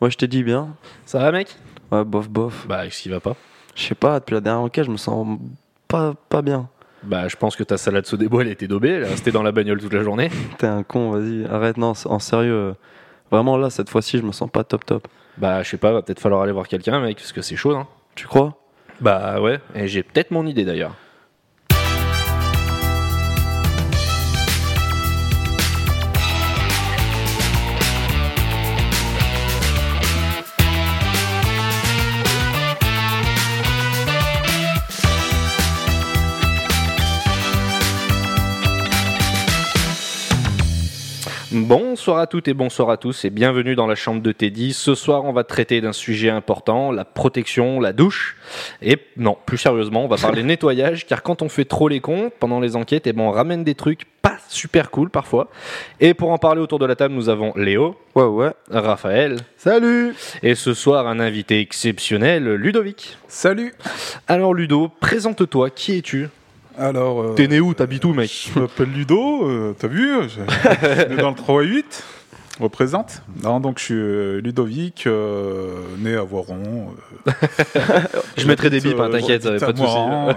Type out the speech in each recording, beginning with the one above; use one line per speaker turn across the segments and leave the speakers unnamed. Ouais, je t'ai dit bien.
Ça va, mec
Ouais, bof, bof.
Bah, qu'est-ce qui va pas
Je sais pas, depuis la dernière enquête, je me sens pas, pas bien.
Bah, je pense que ta salade Sodebo, elle était daubée, elle est restée dans la bagnole toute la journée.
T'es un con, vas-y, arrête, non, en sérieux. euh, Vraiment, là, cette fois-ci, je me sens pas top top.
Bah, je sais pas, va peut-être falloir aller voir quelqu'un, mec, parce que c'est chaud, hein.
Tu crois
Bah, ouais, et j'ai peut-être mon idée d'ailleurs. Bonsoir à toutes et bonsoir à tous et bienvenue dans la chambre de Teddy. Ce soir, on va traiter d'un sujet important, la protection, la douche. Et non, plus sérieusement, on va parler nettoyage car quand on fait trop les cons pendant les enquêtes, et ben on ramène des trucs pas super cool parfois. Et pour en parler autour de la table, nous avons Léo,
Ouais, ouais.
Raphaël
Salut
et ce soir un invité exceptionnel, Ludovic.
Salut
Alors Ludo, présente-toi, qui es-tu
Alors, euh,
T'es né où T'habites où mec
je m'appelle Ludo, euh, t'as vu je- je suis Dans le 3 et 8, représente. Non, donc je suis euh, Ludovic, euh, né à Voiron. euh,
Je mettrai des bips, hein, t'inquiète, pas de soucis.
hein.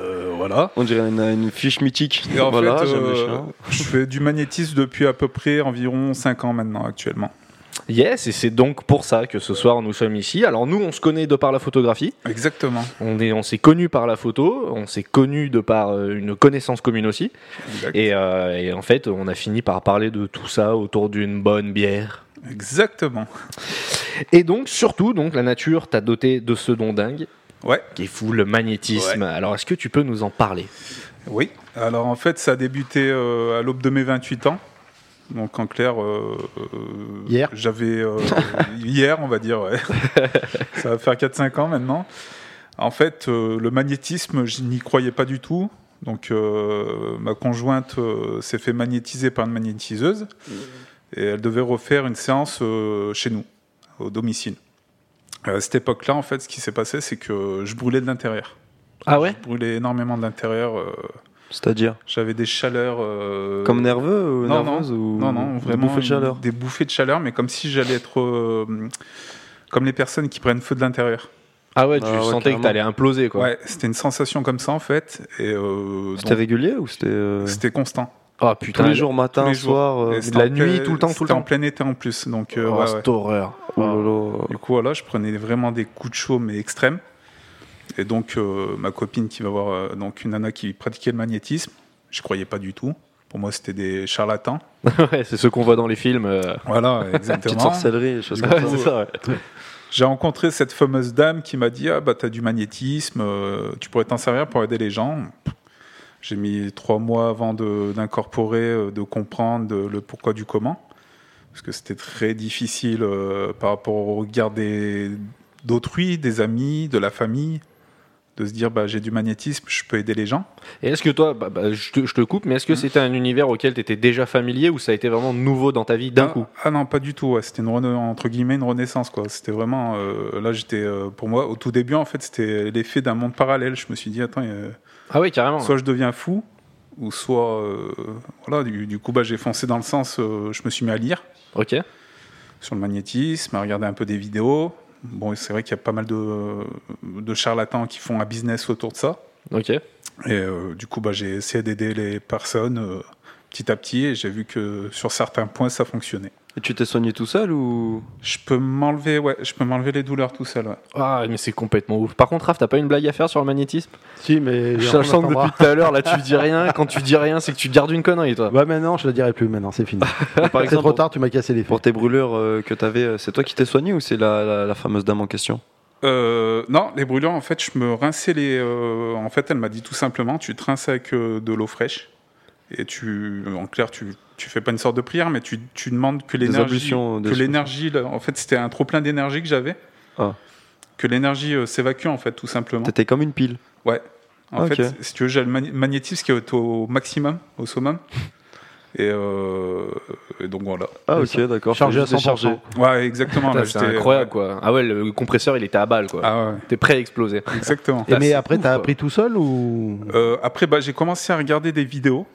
euh, voilà.
On dirait une, une fiche mythique.
Et en
voilà,
fait,
j'aime les
euh,
chiens.
je fais du magnétisme depuis à peu près environ 5 ans maintenant, actuellement.
Yes, et c'est donc pour ça que ce soir nous sommes ici. Alors nous, on se connaît de par la photographie,
Exactement.
on est- on s'est connus par la photo, on s'est connus de par euh, une connaissance commune aussi,
Exact.
et, euh, et en fait, on a fini par parler de tout ça autour d'une bonne bière.
Exactement.
Et donc, surtout, donc la nature t'a doté de ce don dingue.
Ouais.
Qui est fou, le magnétisme. Alors, est-ce que tu peux nous en parler
Oui, alors en fait, ça a débuté euh, à l'aube de mes 28 ans. Donc en clair, euh, euh,
Hier.
j'avais euh, hier, on va dire, ouais. ça va faire 4-5 ans maintenant. En fait, euh, le magnétisme, je n'y croyais pas du tout. Donc euh, ma conjointe euh, s'est fait magnétiser par une magnétiseuse et elle devait refaire une séance euh, chez nous, au domicile. Euh, À cette époque-là, en fait, ce qui s'est passé, c'est que je brûlais de l'intérieur.
Ah ouais
Je brûlais énormément de l'intérieur. euh,
C'est-à-dire
j'avais des chaleurs. euh,
Comme nerveux ou
non,
nerveuse ou
Non, non, vraiment. euh,
Bouffée de
une-
chaleur.
Des bouffées de chaleur, mais comme si j'allais être. euh, comme les personnes qui prennent feu de l'intérieur.
Ah ouais, tu
Ah ouais,
sentais
carrément.
que t'allais imploser, quoi.
Ouais, c'était une sensation comme ça, en fait. Et. euh,
C'était
donc,
régulier ou c'était euh,
c'était constant.
Oh
tous
putain,
les jours, matin,
les jours.
soir euh,
Et
de
c'était
la
en plein-
nuit, tout le temps, tout le
c'était en
temps.
plein été en plus. Donc, euh,
oh,
ouais, ouais.
cette horreur.
oh là là.
Du coup, voilà, je prenais vraiment des coups de chaud, mais extrêmes. Et donc, euh, ma copine qui va voir euh, donc une nana qui pratiquait le magnétisme, je croyais pas du tout. Pour moi, c'était des charlatans.
Ouais, c'est ce qu'on voit dans les films. euh.
Voilà,
Petite
exactement.
sorcellerie, des choses comme
Ouais,
ça.
c'est ça, ouais.
J'ai rencontré cette fameuse dame qui m'a dit Ah, bah, t'as du magnétisme, euh, tu pourrais t'en servir pour aider les gens. J'ai mis trois mois avant de- d'incorporer, euh, de comprendre euh, le pourquoi du comment. Parce que c'était très difficile euh, par rapport au regard des- d'autrui, des amis, de la famille, de se dire bah, J'ai du magnétisme, je peux aider les gens.
Et est-ce que toi, bah, bah, je, te, je te coupe, mais est-ce que c'était un univers auquel t'étais déjà familier ou ça a été vraiment nouveau dans ta vie d'un
ah,
coup
Ah non, pas du tout. ouais. C'était une rena- entre guillemets une renaissance quoi. C'était vraiment euh, là j'étais euh, pour moi au tout début en fait c'était l'effet d'un monde parallèle. Je me suis dit attends euh,
Ah oui, carrément.
soit je deviens fou ou soit euh, voilà du, du coup bah j'ai foncé dans le sens euh, je me suis mis à lire
Ok.
sur le magnétisme, à regarder un peu des vidéos. Bon c'est vrai qu'il y a pas mal de, de charlatans qui font un business autour de ça.
Ok.
Et euh, du coup bah j'ai essayé d'aider les personnes euh, petit à petit et j'ai vu que sur certains points ça fonctionnait.
Et tu t'es soigné tout seul ou
Je peux m'enlever, ouais, je peux m'enlever les douleurs tout seul. ouais.
Ah, mais c'est complètement ouf. Par contre, Raph, t'as pas une blague à faire sur le magnétisme
Si, mais.
Je
on
sens que
attendra.
depuis tout à l'heure, là, tu dis rien. Quand tu dis rien, c'est que tu gardes une connerie, toi.
Ouais, maintenant, je te le dirai plus, maintenant, c'est fini.
Par
c'est
exemple,
trop tard, tu m'as cassé les fesses.
pour tes brûlures euh, que t'avais euh, C'est toi qui t'es soigné ou c'est la, la- la fameuse dame en question
Euh, non, les brûlures, en fait, je me rinçais les. euh, en fait, elle m'a dit tout simplement, tu te rinces avec euh, de l'eau fraîche et tu, en clair, tu, tu fais pas une sorte de prière, mais tu, tu demandes que
Des
l'énergie,
ablutions. des
que
choses.
l'énergie, là, en fait, c'était un trop plein d'énergie que j'avais,
Ah.
que l'énergie euh, s'évacue en fait, tout simplement.
T'étais comme une pile.
Ouais. En
Ok.
fait, si tu veux, j'ai le mani- magnétisme qui est au maximum, au summum, et, euh, et donc voilà.
Ah
C'est
ok, d'accord.
Chargé à
Faut juste
100%.
décharger.
Ouais, exactement.
putain,
là,
c'est
j'étais-
incroyable, quoi. Ah ouais, le compresseur, il était à balle, quoi.
Ah ouais,
T'es prêt à exploser.
exactement.
Et
Là,
mais
c'est
après,
ouf,
t'as
quoi.
appris tout seul ou.
Euh, après, bah, j'ai commencé à regarder des vidéos.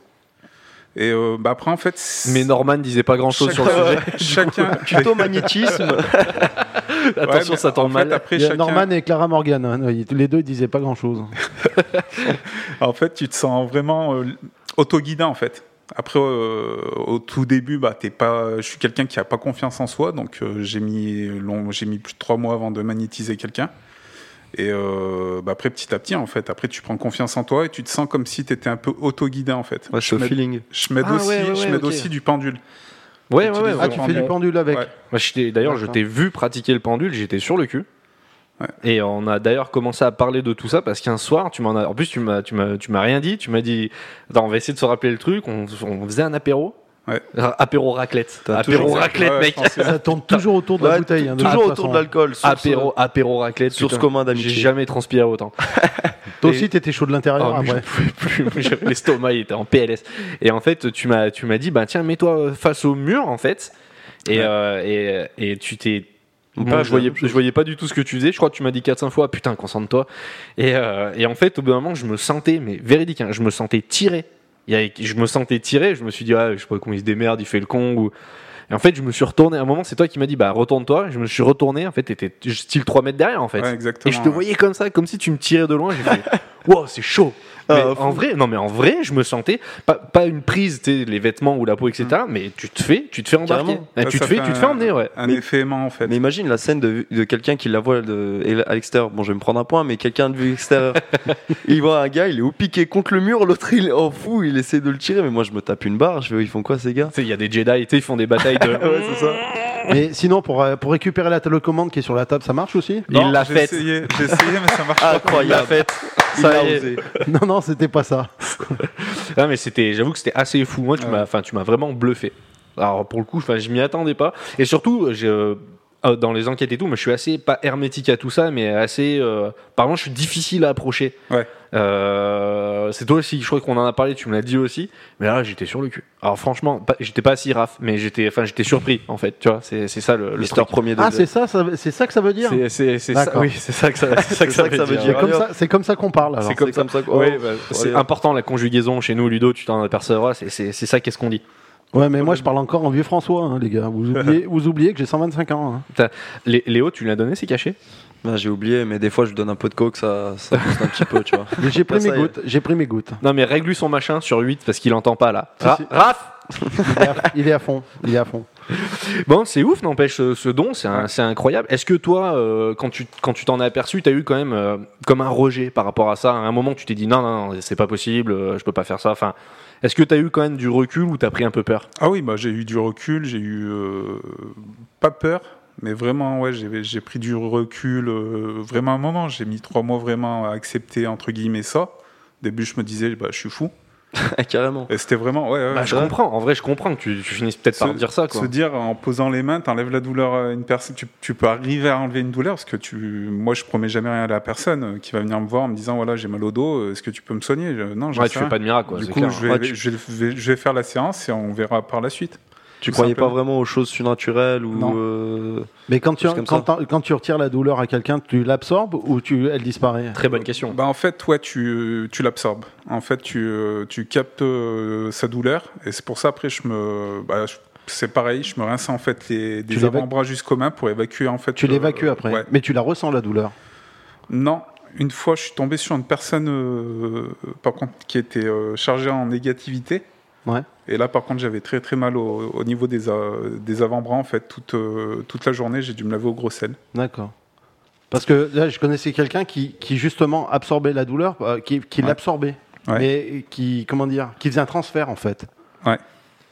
Et euh, bah, après, en fait. c'est-
Mais Norman disait pas grand chose
chacun-
sur le sujet.
Chacun.
Plutôt magnétisme.
Attention,
mais
ça tombe
en fait,
mal.
après,
Il y a
chacun-
Norman et Clara Morgan, hein, ils- les deux ils disaient pas grand chose.
En fait, tu te sens vraiment euh, autoguidé en fait. Après, euh, au tout début, bah, t'es pas, je suis quelqu'un qui a pas confiance en soi, donc euh, j'ai mis long, j'ai mis plus de trois mois avant de magnétiser quelqu'un. Et euh, bah, après, petit à petit, en fait, après, tu prends confiance en toi et tu te sens comme si tu étais un peu autoguidé en fait.
Ouais,
je
ce
m'aide,
feeling.
je m'aide
Ah,
aussi,
ouais, ouais,
je
ouais,
m'aide
ok.
aussi du pendule.
Ouais, ouais,
Utilise
ouais.
le
ouais.
Ah, tu fais du pendule avec.
Ouais.
Moi, je t'ai- D'ailleurs, je
D'accord.
t'ai vu pratiquer le pendule, j'étais sur le cul.
Ouais.
Et on a d'ailleurs commencé à parler de tout ça parce qu'un soir, tu m'en as. En plus, tu m'as, tu m'as, tu m'as rien dit. Tu m'as dit, attends, on va essayer de se rappeler le truc. On, on faisait un apéro.
Ouais.
Ra- Apéro raclette. Apéro
toujours-
raclette,
Ouais,
mec.
je pense que-
Ça tourne toujours autour de la
Ouais,
bouteille. hein, de
Toujours
toute
autour
façon.
de l'alcool. source-
Apéro, apéro raclette.
Source
putain.
commune
J'ai
d'amitié.
jamais transpiré autant.
Toi aussi t'étais chaud de l'intérieur
Oh, mais
après.
j'en pouvais plus, j'avais l'estomac il était en PLS. Et en fait, tu m'as, tu m'as dit, bah tiens, mets-toi euh, face au mur en fait. Et,
Ouais.
euh, et, et tu t'es.
On
Moi,
parle
je
de la
voyais,
même
je
chose.
voyais pas du tout ce que tu faisais. Je crois que tu m'as dit 4-5 fois, putain, concentre-toi. Et, euh, et en fait, au bout d'un moment, je me sentais, mais véridique, hein, je me sentais tiré. Il y avait- je me sentais tiré. Je me suis dit, ah, je sais pas comment il se démerde, il fait le con. Ou... Et en fait, je me suis retourné. À un moment, c'est toi qui m'as dit, bah retourne-toi. Je me suis retourné. En fait, t'étais style 3 mètres derrière en fait.
Ouais,
Et
exactement.
je te
ouais.
voyais comme ça, comme si tu me tirais de loin. J'ai fait, wow, c'est chaud. Mais
Ah,
en
fou.
vrai, non, mais en vrai, je me sentais pas, pas une prise, tu sais, les vêtements ou la peau, etc. Mais tu te fais, tu te fais embarquer.
Carrément.
Eh,
Ça,
tu te
ça
fais,
fait
tu te fais emmener, ouais.
Un
Mais-
effet aimant en fait.
Mais imagine la scène de, de quelqu'un qui la voit de, et à l'extérieur. Bon, je vais me prendre un point, mais quelqu'un de vue extérieure. il voit un gars, il est au piqué contre le mur, l'autre il est en fou, il essaie de le tirer, mais moi je me tape une barre. Je fais, ils font quoi ces gars
Tu sais, il y a des Jedi, tu sais, ils font des batailles de.
Mais sinon pour euh, pour récupérer la télécommande qui est sur la table, ça marche aussi
Il l'a Ah,
j'ai
faite.
essayé, J'ai essayé, mais ça marche pas.
Incroyable.
Il
Ça
l'a
y est.
osé.
Non non, c'était pas ça.
Ah, mais c'était, j'avoue que c'était assez fou. Moi, tu
Ouais.
m'as, enfin, tu m'as vraiment bluffé. Alors, pour le coup, enfin, je m'y attendais pas. Et surtout, je. euh, Dans les enquêtes et tout, mais je suis assez pas hermétique à tout ça, mais assez. euh, par contre, je suis difficile à approcher.
Ouais.
Euh, c'est toi aussi, je crois qu'on en a parlé, tu me l'as dit aussi. Mais là, j'étais sur le cul. Alors franchement, pas- j'étais pas si raf, mais j'étais, enfin, j'étais surpris en fait. Tu vois, c'est c'est ça le. le
Mister
truc.
premier
Ah
degré.
c'est ça, ça- c'est ça que ça veut dire.
C'est c'est- c'est ça.
D'accord.
Oui, c'est ça que ça, c'est ça que
C'est
ça veut
C'est
dire.
comme ça, c'est comme ça qu'on parle. alors.
C'est comme, ça que.
Ouais,
oh,
bah, c'est
regarde.
important la conjugaison chez nous, Ludo. Tu t'en apercevras. c'est- C'est c'est ça qu'est-ce qu'on dit.
Ouais, mais moi je parle encore en vieux François, hein, les gars. Vous oubliez, vous oubliez que j'ai 125 ans. hein.
Lé- Léo, tu l'as donné, c'est caché.
Ben, j'ai oublié, mais des fois je lui donne un pot de coke, ça, ça booste un petit peu, tu vois.
Mais J'ai pris
Ah, ça
mes
y est.
gouttes. J'ai pris mes gouttes.
Non, mais règle lui son machin sur 8 parce qu'il entend pas là.
Si,
Ah,
Ra-
si.
Raph
Il est, à, il est à fond. Il est à fond.
Bon, c'est ouf, n'empêche, euh, ce, ce don, c'est un- c'est incroyable. Est-ce que toi, euh, quand tu quand tu t'en as aperçu, t'as eu quand même euh, comme un rejet par rapport à ça À un moment, tu t'es dit non, non, non, c'est pas possible, euh, je peux pas faire ça. Enfin, est-ce que t'as eu quand même du recul ou t'as pris un peu peur
Ah oui, bah, j'ai eu du recul, j'ai eu euh, pas peur, mais vraiment, ouais, j'ai j'ai pris du recul euh, vraiment un moment. J'ai mis trois mois vraiment à accepter, entre guillemets, ça. Au début, je me disais, bah, je suis fou.
Carrément.
Et c'était vraiment, ouais, ouais,
Bah,
ouais.
Je comprends. En vrai, je comprends que tu, tu finisses peut-être par
Se-
dire ça. Quoi.
Se dire en posant les mains, t'enlèves la douleur à une personne. Tu, tu peux arriver à enlever une douleur parce que tu, moi, je promets jamais rien à la personne euh, qui va venir me voir en me disant voilà, j'ai mal au dos, euh, est-ce que tu peux me soigner Je- Non, je
Ouais, tu fais pas de miracle. Quoi,
Du
c'est
coup,
clair. hein.
je vais,
Ouais, tu-
je vais- je vais faire la séance et on verra par la suite.
Tu
Tout
croyais pas
simplement.
vraiment aux choses surnaturelles ou.
Non.
euh,
Mais quand tu,
Juste comme
quand, t'en- quand tu retires la douleur à quelqu'un, tu l'absorbes ou tu, elle disparaît
Très bonne question.
Bah en fait, toi, tu, tu l'absorbes. En fait, tu, euh, tu captes euh, sa douleur. Et c'est pour ça, après, je me. bah, je- c'est pareil, je me rince en fait les, des
l'évacues
avant-bras jusqu'aux mains pour évacuer en fait.
Tu
euh,
l'évacues après.
ouais.
Mais tu la ressens la douleur.
Non, une fois, je suis tombé sur une personne, euh, par contre, qui était euh, chargée en négativité.
Ouais.
Et là, par contre, j'avais très très mal au, au niveau des, euh, des avant-bras en fait. Toute, euh, toute la journée, j'ai dû me laver au gros sel.
D'accord. Parce que là, je connaissais quelqu'un qui, qui justement absorbait la douleur, euh, qui, qui
Ouais.
l'absorbait,
Ouais.
mais qui, comment dire, qui faisait un transfert en fait.
Ouais.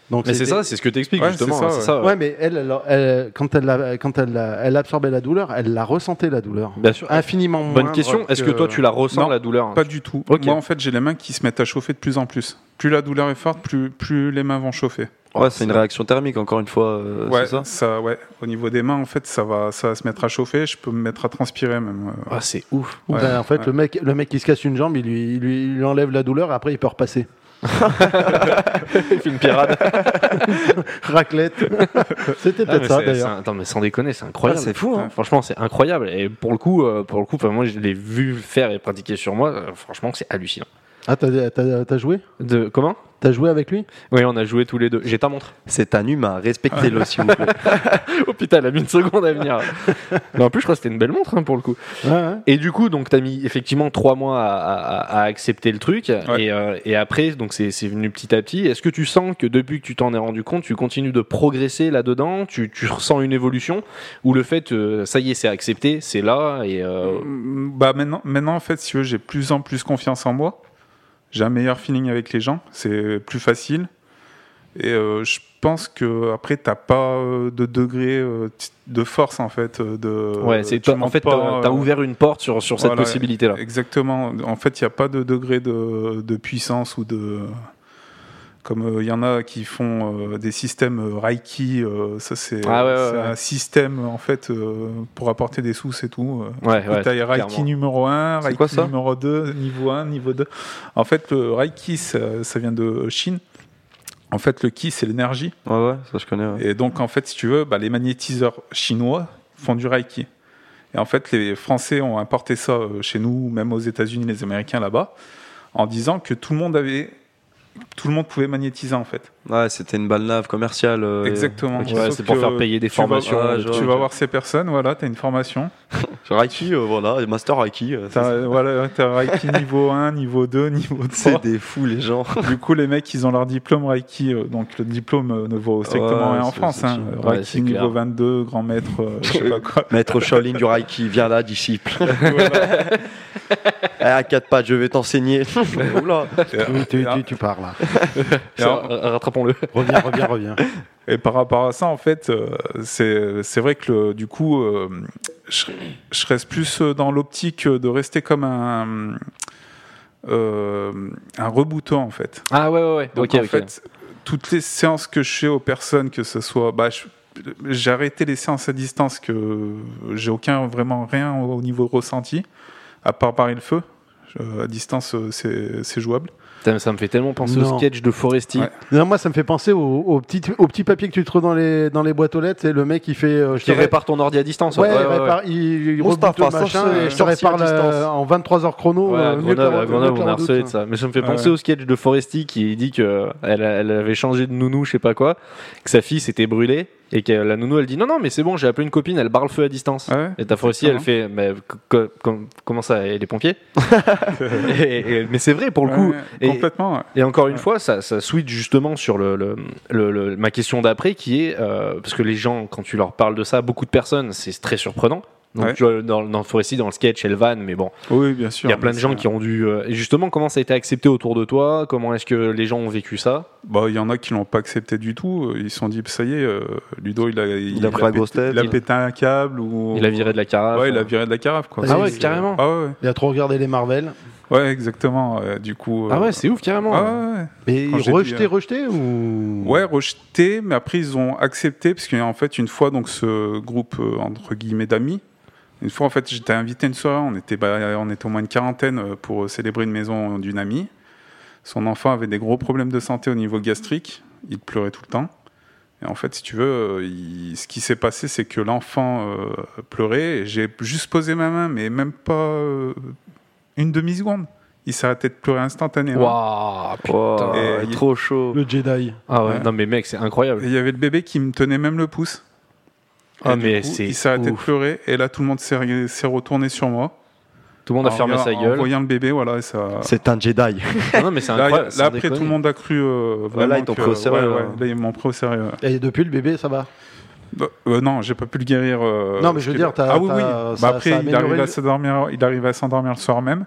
Donc
Mais c'est
c'était-
ça, c'est ce que t'expliques
Ouais,
justement.
c'est ça,
hein, c'est ça, ouais.
Ouais, mais elle, elle- elle- quand, elle, la- quand elle, la- elle absorbait la douleur, elle la ressentait la douleur.
Bien sûr.
Infiniment moins.
Bonne question. Est-ce que toi, tu la ressens
Non,
la douleur
Pas du tout.
Ok.
Moi, en fait, j'ai les mains qui se mettent à chauffer de plus en plus. Plus la douleur est forte, plus, plus les mains vont chauffer.
Ouais, c'est une réaction thermique, encore une fois, euh,
ouais,
c'est ça
ouais. Au niveau des mains, en fait, ça va, ça va se mettre à chauffer. Je peux me mettre à transpirer même. euh.
Ah, c'est ouf.
Ouais,
Ben, en fait,
ouais.
le, mec, le mec qui se casse une jambe, il lui, il lui, il lui enlève la douleur et après il peut repasser.
fait une pirade.
Raclette. C'était
Ah,
Ah,
peut-être ça d'ailleurs.
Attends, mais sans déconner, c'est
Ouais,
incroyable.
c'est fou, hein.
Ouais, Franchement, c'est incroyable. Et pour le coup, euh, pour le coup, enfin, moi, je l'ai vu faire et pratiquer sur moi. Euh, Franchement, c'est hallucinant.
Ah, t'as- t'as t'as joué
De comment
T'as joué avec lui
Oui, on a joué tous les deux. J'ai ta montre.
C'est un humain, respectez-le s'il vous plaît.
Oh putain, elle a mis une seconde à venir. Mais en plus, je crois que c'était une belle montre hein, pour le coup.
Ouais, ouais.
Et du coup, donc, t'as mis effectivement trois mois à, à- à accepter le truc. Et, euh, et après, donc, c'est c'est venu petit à petit. Est-ce que tu sens que depuis que tu t'en es rendu compte, tu continues de progresser là-dedans tu, tu ressens une évolution Ou le fait, euh, ça y est, c'est accepté, c'est là et euh,
Mm, Bah maintenant, maintenant, en fait, si tu veux, j'ai plus en plus confiance en moi. J'ai un meilleur feeling avec les gens. C'est plus facile. Et euh, je pense que après, t'as pas euh, de degré euh, t- de force en fait. euh, De
Ouais, c'est
tu
toi- en
montes
fait,
pas,
t'as t'as
euh,
ouvert une porte sur, sur cette
voilà,
possibilité-là.
Exactement. En fait, il n'y a pas de degré de, de puissance ou de. Comme il y en a qui font euh, des systèmes euh, Reiki, euh, ça c'est
Ah ouais, ouais,
c'est
ouais.
un système en fait euh, pour apporter des sous, c'est tout. euh.
Ouais, ouais,
T'as les Reiki
clairement.
numéro 1,
C'est
Reiki
quoi ça
numéro 2, niveau 1, niveau 2. En fait, le Reiki, ça, ça vient de Chine. En fait, le Ki, c'est l'énergie.
Ouais, ouais, ça je connais. ouais.
Et donc, en fait, si tu veux, bah, les magnétiseurs chinois font du Reiki. Et en fait, les Français ont importé ça euh, chez nous, même aux États-Unis, les Américains là-bas, en disant que tout le monde avait. Tout le monde pouvait magnétiser en fait.
Ouais, c'était une balle nave commerciale. euh,
Exactement.
ok.
Ouais,
Sauf
c'est pour
que
faire payer des
tu vas-
formations.
ouais,
des
ah, je
trucs.
Tu vas voir ces personnes, voilà, tu as une formation.
Reiki, euh, voilà, et Master Reiki. euh, ça,
T'as voilà, t'as Reiki niveau 1, niveau 2, niveau 3.
c'est des fous les gens.
Du coup, les mecs, ils ont leur diplôme Reiki. euh, Donc, le diplôme euh, ne vaut strictement
Ouais,
rien en
c'est-
France.
c'est
hein.
sûr.
Ouais,
Reiki
c'est
niveau
clair.
22, grand maître, euh, je sais pas quoi.
Maître Shaolin du Reiki, viens là, disciple.
Voilà.
Eh, à quatre pattes, je vais t'enseigner. Oula.
Euh,
Oui, tu,
là.
tu- tu pars là.
Et, en-
Ça, euh, Rattrapons-le.
Reviens, reviens, reviens.
et par rapport à ça, en fait, euh, c'est c'est vrai que le- du coup, euh, je, je reste plus euh, dans l'optique de rester comme un, euh, un reboutant, en fait.
Ah ouais, ouais, ouais.
Donc
ok,
en
ok.
fait, toutes les séances que je fais aux personnes, que ce soit, bah, je- j'ai arrêté les séances à distance que j'ai aucun vraiment rien au niveau ressenti, à part barrer le feu. Je- à distance, euh, c'est c'est jouable.
Putain, ça me fait tellement penser
Non.
au sketch de Foresti.
Ouais.
Non, moi, ça me fait penser au, au petit, au petit papier que tu trouves dans les, dans les boîtes aux lettres. C'est le mec qui fait. euh, je
Qui
te ré-
répare ton ordi à distance.
Ouais, il répare, il, il
Moustapha,
reboot le
ça,
machin
c'est-
et je te
sorcier
répare
à distance.
la- en 23 heures chrono.
Ouais, à
euh, mieux que la-
Grenoble, à
mieux que
Grenoble,
la
on a
redoute,
harcelé de
hein.
ça. Mais ça me fait
Ouais,
penser au sketch de Foresti qui dit que euh, elle, a- elle avait changé de nounou, je sais pas quoi, que sa fille s'était brûlée et que la nounou elle dit non non mais c'est bon j'ai appelé une copine, elle barre le feu à distance.
Ah Ouais.
Et ta Foresti elle fait mais co- co- com- comment ça elle est pompier Et- et- Mais c'est vrai pour le coup.
Ouais,
Et-
complètement. ouais.
Et encore une
Ouais.
fois, ça, ça switch justement sur le, le- le- le- ma question d'après qui est, euh, parce que les gens, quand tu leur parles de ça, beaucoup de personnes, c'est très surprenant. Donc,
Ouais.
tu vois, dans, dans Foresti, dans le sketch, elle vanne, mais bon,
Oui, bien sûr.
il y a plein de gens qui ont dû. euh, et justement, comment ça a été accepté autour de toi Comment est-ce que les gens ont vécu ça
Bah, il y en a qui l'ont pas accepté du tout. Ils se sont dit, ça y est, euh, Ludo, il a,
a pris la grosse
pété,
tête.
il a
Il-
pété un câble ou.
Il a viré de la carafe
Ouais, il a viré de la carafe, quoi.
Ah ouais,
C'est-
carrément.
Ah ouais, ouais.
Il a trop regardé les Marvel.
Ouais, exactement. euh, du coup.
Ah
euh,
ouais, c'est ouf, carrément.
ah ouais, ouais.
Mais
Quand j'ai dit,
rejeté,
euh,
rejeté ou.
Ouais, rejeté, mais après ils ont accepté parce qu'en fait une fois donc ce groupe euh, entre guillemets d'amis, une fois en fait j'étais invité à une soirée, on était bah, on était au moins une quarantaine euh, pour célébrer une maison euh, d'une amie. Son enfant avait des gros problèmes de santé au niveau gastrique, il pleurait tout le temps. Et en fait, si tu veux, euh, il- ce qui s'est passé, c'est que l'enfant euh, pleurait. et J'ai juste posé ma main, mais même pas euh, une demi seconde. Il s'arrêtait de pleurer instantanément.
Waouh, putain.
Wow,
Et il-
trop chaud.
Le Jedi.
Ah ouais,
Ouais.
non, mais mec, c'est incroyable.
Et il y avait le bébé qui me tenait même le pouce.
Ah,
Et du
mais
coup,
c'est.
Il s'est arrêté de
ouf.
pleurer et là tout le monde s'est s'est retourné sur moi.
Tout le monde a
En
fermé
regard-
sa
En
gueule.
voyant le bébé, voilà, et ça.
C'est un Jedi.
Ah non, mais c'est
Là,
incroyable.
là,
sans
après
déconner.
tout le monde a cru. euh,
Ouais, là, ils
vraiment
t'ont
que-
pris au sérieux,
ouais,
là.
ouais, là, ils m'ont pris au sérieux.
Et depuis le bébé, ça va.
Bah, euh, non, j'ai pas pu le guérir. euh,
Non, mais je veux
parce que-
dire, t'as-
Ah oui,
t'as-
oui.
ça-
Bah,
ça a
après, il,
amélioré
arrive
le- Mmh.
à s'endormir, il arrive à s'endormir le soir même.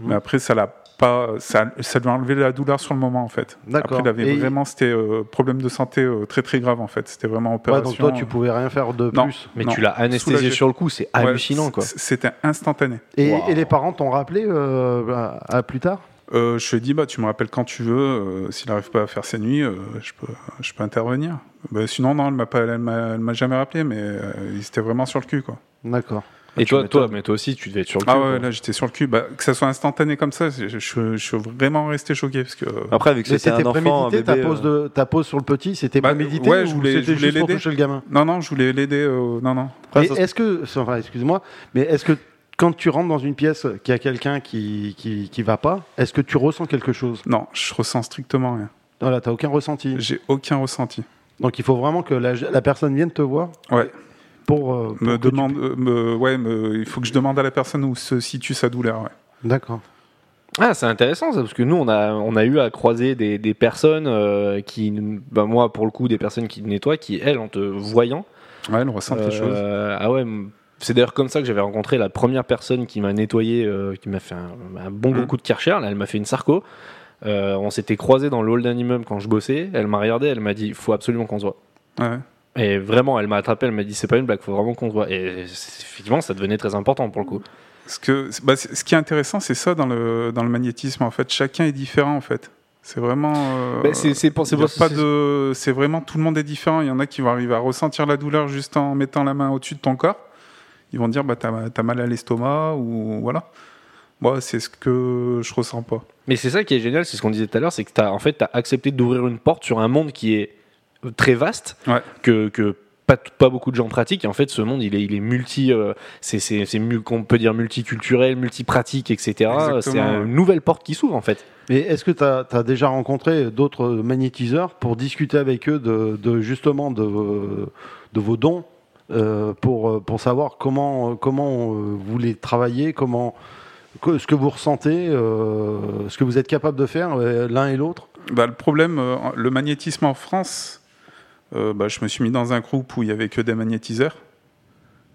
Mais après, ça l'a pas. Ça, ça lui a enlevé la douleur sur le moment, en fait.
D'accord.
Après, il avait
Et-
vraiment. C'était euh, problème de santé euh, très très grave, en fait. C'était vraiment
Ouais,
opération. euh,
donc toi, tu pouvais rien faire de
Non.
plus.
Mais
Non.
tu l'as anesthésié
Soulagé.
sur le coup, c'est
Ouais,
hallucinant, quoi.
c- C'était instantané.
Et,
Wow.
et les parents t'ont rappelé euh, à, à plus tard
Euh, je lui ai dit, bah, tu me rappelles quand tu veux, euh, s'il n'arrive pas à faire ses nuits, euh, je, peux, je peux intervenir. Bah, sinon, non, elle m'a pas- elle m'a elle m'a jamais rappelé, mais euh, il était vraiment sur le cul. Quoi.
D'accord.
Et
tu
toi,
m'étonnes.
toi, mais toi aussi, tu devais être sur le cul.
Ah
quoi.
ouais, là j'étais sur le cul. Bah, que ça soit instantané comme ça, je, je- je suis vraiment resté choqué. Parce que, euh,
Après, vu que
Mais
c'était un
c'était
enfant, un
prémédité,
bébé,
ta
euh,
pose, de, ta pose sur le petit, c'était
Bah,
prémédité
ouais, je
ou
voulais- je
c'était
voulais
juste pour
l'aider.
toucher le gamin
non, non, je voulais l'aider. euh, non, non.
après,
Et
ça se-
Est-ce que, enfin, excuse-moi, mais est-ce que quand tu rentres dans une pièce qui a quelqu'un qui, qui qui va pas, est-ce que tu ressens quelque chose
Non, je ressens strictement rien.
Voilà, t'as aucun ressenti.
J'ai aucun ressenti.
Donc il faut vraiment que la, la personne vienne te voir
Ouais.
pour, euh, pour
Me
que tu-
demande, euh, me- ouais, me- il faut que je demande à la personne où se situe sa douleur. ouais.
D'accord.
Ah, c'est intéressant ça, parce que nous, on a, on a eu à croiser des, des personnes euh, qui, bah, moi pour le coup, des personnes qui nettoient, qui elles, en te voyant,
Ouais, elle ressent les choses.
Euh, Ah ouais, m- c'est d'ailleurs comme ça que j'avais rencontré la première personne qui m'a nettoyé, euh, qui m'a fait un, un bon gros
Mhm.
coup de Karcher. Là, elle m'a fait une sarco. Euh, on s'était croisés dans le hall d'un immeuble quand je bossais. Elle m'a regardé, elle m'a dit faut absolument qu'on se voit.
Ouais.
Et vraiment, elle m'a attrapé, elle m'a dit c'est pas une blague, faut vraiment qu'on se voit. Et c'est- effectivement, ça devenait très important pour le coup.
Ce, que, bah, c'est- ce qui est intéressant, c'est ça dans le, dans le magnétisme. En fait, chacun est différent. En fait, c'est vraiment. euh,
Bah, c'est c'est pour- c'est
y a
pour-
pas
c'est-
de. C'est vraiment tout le monde est différent. Il y en a qui vont arriver à ressentir la douleur juste en mettant la main au-dessus de ton corps. Ils vont dire bah t'as t'as mal à l'estomac ou voilà. Moi, c'est ce que je ressens pas.
Mais c'est ça qui est génial, c'est ce qu'on disait tout à l'heure, c'est que t'as en fait t'as accepté d'ouvrir une porte sur un monde qui est très vaste,
Ouais.
que, que pas, t- pas beaucoup de gens pratiquent. Et en fait, ce monde il est il est multi, euh, c'est c'est c'est mu- qu'on peut dire multiculturel, multipratique, etc.
Exactement,
C'est un-
ouais.
une nouvelle porte qui s'ouvre en fait.
Et est-ce que tu as, déjà rencontré d'autres magnétiseurs pour discuter avec eux de, de- justement de, vos- de vos dons euh, pour, pour savoir comment, euh, comment euh, vous les travaillez, comment, que- ce que vous ressentez, euh, ce que vous êtes capable de faire euh, l'un et l'autre
Bah, le problème, euh, le magnétisme en France, euh, bah, je me suis mis dans un groupe où il n'y avait que des magnétiseurs.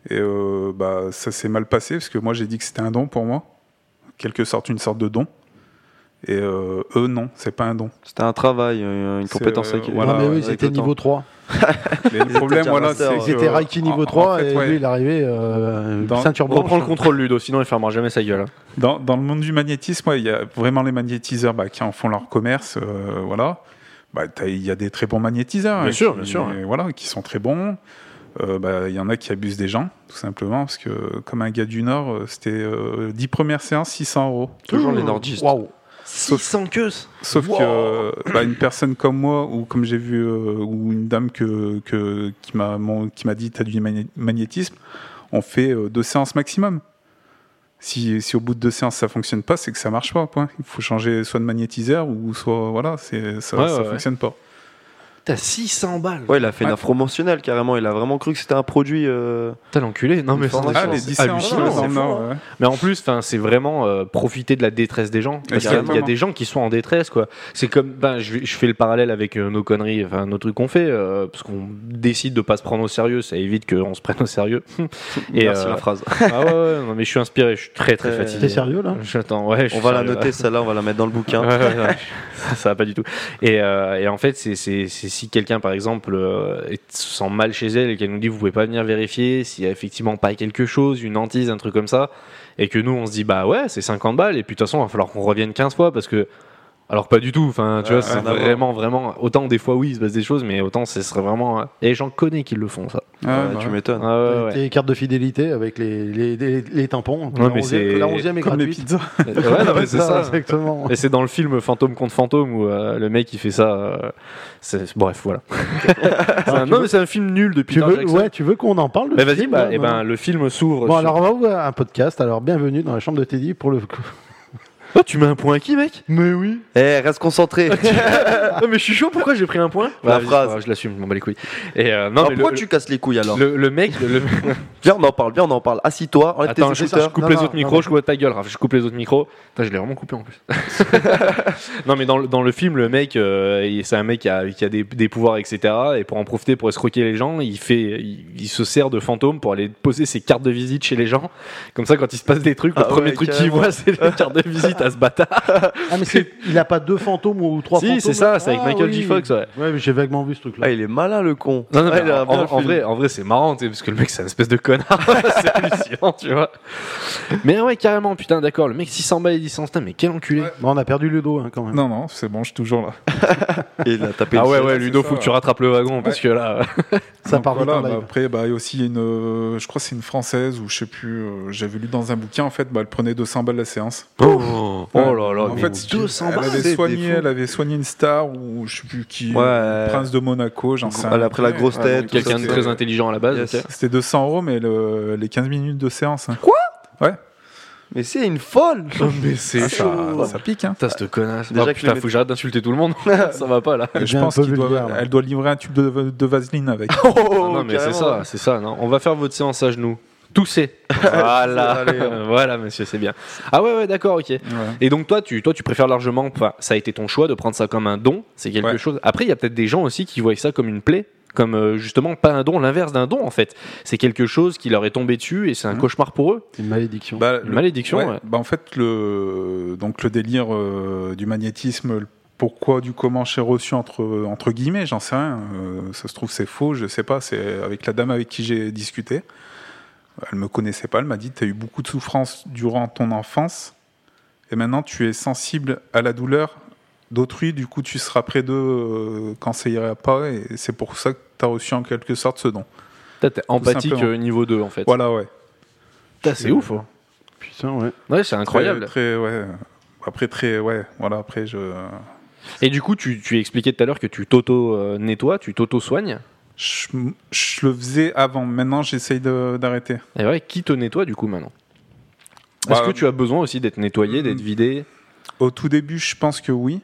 Et euh, bah, ça s'est mal passé parce que moi j'ai dit que c'était un don pour moi. En quelque sorte, une sorte de don. Et euh, eux, non, c'est pas un don.
C'était un travail, euh, une
C'est,
compétence
euh,
acquise.
Voilà,
Non mais oui,
avec
c'était
le temps.
niveau 3.
Mais le problème,
étaient
voilà,
masters,
c'est.
ouais.
que,
C'était Reiki
en-
niveau
Euh, en
3
fait,
et
ouais,
lui il est arrivé euh,
Dans-
ceinture
Reprends
blanche.
le contrôle Ludo, sinon il fermera jamais sa gueule. hein.
Dans, dans le monde du magnétisme, ouais, il y a vraiment les magnétiseurs bah, qui en font leur commerce, euh, voilà. Bah, t'as- il y a des très bons magnétiseurs.
Bien
hein,
sûr,
qui-
bien sûr, ouais.
Voilà, qui sont très bons. Euh, bah, il y en a qui abusent des gens, tout simplement, parce que comme un gars du Nord, euh, c'était euh, 10 premières séances, 600 euros.
Toujours les nordistes.
Waouh.
sans queues.
Sauf
Wow.
que euh, bah, une personne comme moi, ou comme j'ai vu, euh, ou une dame que, que, qui m'a mon- qui m'a dit t'as du magné- magnétisme, on fait euh, deux séances maximum. Si, si au bout de deux séances ça fonctionne pas, c'est que ça marche pas. Point. Il faut changer soit de magnétiseur ou soit voilà, c'est ça,
Ouais,
ça
ouais,
fonctionne pas.
T'as 600 balles.
Ouais, il a fait une
Ouais.
offre promotionnelle carrément. Il a vraiment cru que c'était un produit. euh,
T'as l'enculé. Non mais
Ah,
c'est
Ah, les
c'est
dix séances
hallucinant,
ouais, dans
c'est hein.
le
fort,
Nord, ouais.
Mais en plus, 'fin, c'est vraiment euh, profiter de la détresse des gens. Parce qu'il y a- il y a
Exactement.
des gens qui sont en détresse, quoi. C'est comme, ben, je, je fais le parallèle avec euh, nos conneries, enfin, nos trucs qu'on fait, euh, parce qu'on décide de pas se prendre au sérieux, ça évite qu'on se prenne au sérieux. Et,
merci
euh,
la phrase.
ah ouais, ouais, non, mais je suis inspiré, je suis très très
Euh,
fatigué.
T'es sérieux là
J'attends, ouais. je
On
suis
va la
sérieux,
noter celle-là. On va la mettre dans le bouquin.
Ouais, ouais, ouais. ça, ça va pas du tout. Et, euh, et en fait, c'est c'est- c'est si quelqu'un, par exemple, euh, est- se sent mal chez elle et qu'elle nous dit vous pouvez pas venir vérifier s'il y a effectivement pas quelque chose, une hantise, un truc comme ça, et que nous on se dit bah ouais, c'est 50 balles, et puis de toute façon, il va falloir qu'on revienne 15 fois parce que. Alors pas du tout, enfin tu
Ouais,
vois, c'est
rien à voir.
vraiment, vraiment, autant des fois oui, il se passe des choses, mais autant ce serait vraiment... hein. Et j'en connais qui le font ça.
Ah,
Euh,
bah,
tu m'étonnes.
Ah ouais, ouais.
Tes cartes de fidélité avec les, les, les, les tampons.
Ouais,
la,
mais c'est-
onzième, la onzième est
comme les
gratuite.
pizzas.
Ouais, non, mais c'est ça.
Exactement.
Et c'est dans le film Fantôme contre Fantôme où euh, le mec il fait ça. euh, c'est- bref, voilà. C'est un- non, mais c'est un film nul depuis.
Tu veux, ouais, tu veux qu'on en parle de
Mais
ce
vas-y,
film,
bah,
là,
eh ben,
maintenant
le film s'ouvre. sur-
Bon, alors on va ouvrir un podcast. Alors, bienvenue dans la chambre de Teddy pour le coup.
Oh, tu mets un point à qui, mec Mais oui.
Eh, reste concentré.
Ah, mais je suis chaud, pourquoi j'ai pris un point Bah,
La phrase.
vas-y, c'est pas grave, Je l'assume, je m'en bats les couilles. Et euh, non,
Ah,
mais le,
pourquoi tu casses les couilles alors
le, le mec. le-
Viens, on en parle. Viens, on en parle. Assis-toi. Enlève
Attends,
tes
je,
écouteurs.
je coupe
Non,
les
non,
autres
non,
micros,
mais-
je coupe ta gueule, Raph, je coupe les autres micros. Putain, je l'ai vraiment coupé en plus. non, mais dans, le- dans le film, le mec, euh, il- c'est un mec qui a, qui a des, des pouvoirs, etc. Et pour en profiter, pour escroquer les gens, il, fait, il, il se sert de fantôme pour aller poser ses cartes de visite chez les gens. Comme ça, quand il se passe des trucs, le
Ah
premier
ouais,
truc qu'il
carrément.
voit, c'est les cartes de visite à ce bâtard.
Ah, mais c'est- il a pas deux fantômes ou trois fantômes
si, c'est ça, c'est avec
Ah,
Michael
oui.
G. Fox, ouais.
Ouais, mais j'ai vaguement vu ce
Ah,
truc-là.
il est malin le con.
Non, non,
Ouais,
mais
il a
en,
bien
en- en
filmé.
vrai, en vrai, c'est marrant, tu sais, parce que le mec, c'est un espèce de connard. c'est hallucinant, tu vois. Mais ouais, carrément, putain, d'accord, le mec 600 balles et 10 cents, putain, mais quel enculé.
Ouais.
Bon, on a perdu Ludo hein, quand même.
Non, non, c'est bon, je suis toujours là.
Et il a tapé.
Ah
le
ouais,
sol.
ouais, Ludo,
ça,
faut que tu rattrapes le wagon parce que là.
Ça
Donc
part vite
voilà,
en
bah,
live.
Après, bah, il y a aussi une, euh, je crois que c'est une française ou je sais plus, euh, j'avais lu dans un bouquin en fait, bah, elle prenait 200 balles la séance.
Oh, là là,
en
mais
fait, si tu-
200
elle
balles,
avait
c'est
soigné,
des fous.
elle avait soigné une star ou je sais plus qui,
Ouais,
euh, prince de Monaco, j'en sais.
Elle
rien.
a pris la grosse
Ouais,
tête,
donc,
Quelqu'un de
c'était-
très intelligent à la base.
Yes.
ok.
C'était 200 euros, mais le- les 15 minutes de séance. hein.
Quoi
Ouais.
Mais c'est une folle
Oh,
Mais c'est
Ah,
ça,
chaud.
ça pique. hein.
Putain, cette connasse.
Déjà
Ah,
que
putain,
les
faut que j'arrête d'insulter tout le monde. ça va pas là.
Elle
Je
devient
pense
un peu
qu'elle
vulgaire,
doit,
là.
elle doit livrer un tube de, de vaseline avec.
Oh,
Ah non, mais c'est
carrément.
ça, c'est ça. Non, on va faire votre séance à genoux. Toussez. voilà,
Allez, hein.
voilà, monsieur, c'est bien. Ah ouais, ouais, d'accord, ok.
Ouais.
Et donc toi, tu, toi, tu préfères largement. Enfin, ça a été ton choix de prendre ça comme un don. C'est quelque
Ouais.
chose. Après, il y a peut-être des gens aussi qui voient ça comme une plaie. Comme euh, justement pas un don, l'inverse d'un don en fait. C'est quelque chose qui leur est tombé dessus et c'est un
Mhm.
cauchemar pour eux.
C'est une malédiction.
Bah,
Une
le-
malédiction.
ouais,
ouais.
bah, en fait, le, donc, le délire euh, du magnétisme, le pourquoi, du comment j'ai reçu, entre, entre guillemets, j'en sais rien. euh, ça se trouve, c'est faux, je sais pas. C'est avec la dame avec qui j'ai discuté. Elle me connaissait pas, elle m'a dit Tu as eu beaucoup de souffrance durant ton enfance et maintenant tu es sensible à la douleur d'autrui, du coup tu seras près d'eux euh, quand ça ira pas et c'est pour ça que tu as reçu en quelque sorte ce don.
Putain, T'es empathique
simplement.
euh, niveau 2 en fait.
Voilà, ouais.
Putain, C'est ouf. hein.
Putain, ouais.
Ouais, c'est incroyable.
Très, très, ouais. Après, très, ouais, voilà, après, je.
Et du coup, tu, tu expliquais tout à l'heure que tu t'auto-nettoies, tu t'auto-soignes.
Je, je le faisais avant, maintenant j'essaye de- d'arrêter.
Et ouais, qui te nettoie du coup maintenant
Bah, mm.
Est-ce que tu as besoin aussi d'être nettoyé, d'être vidé
Au tout début, je pense que oui.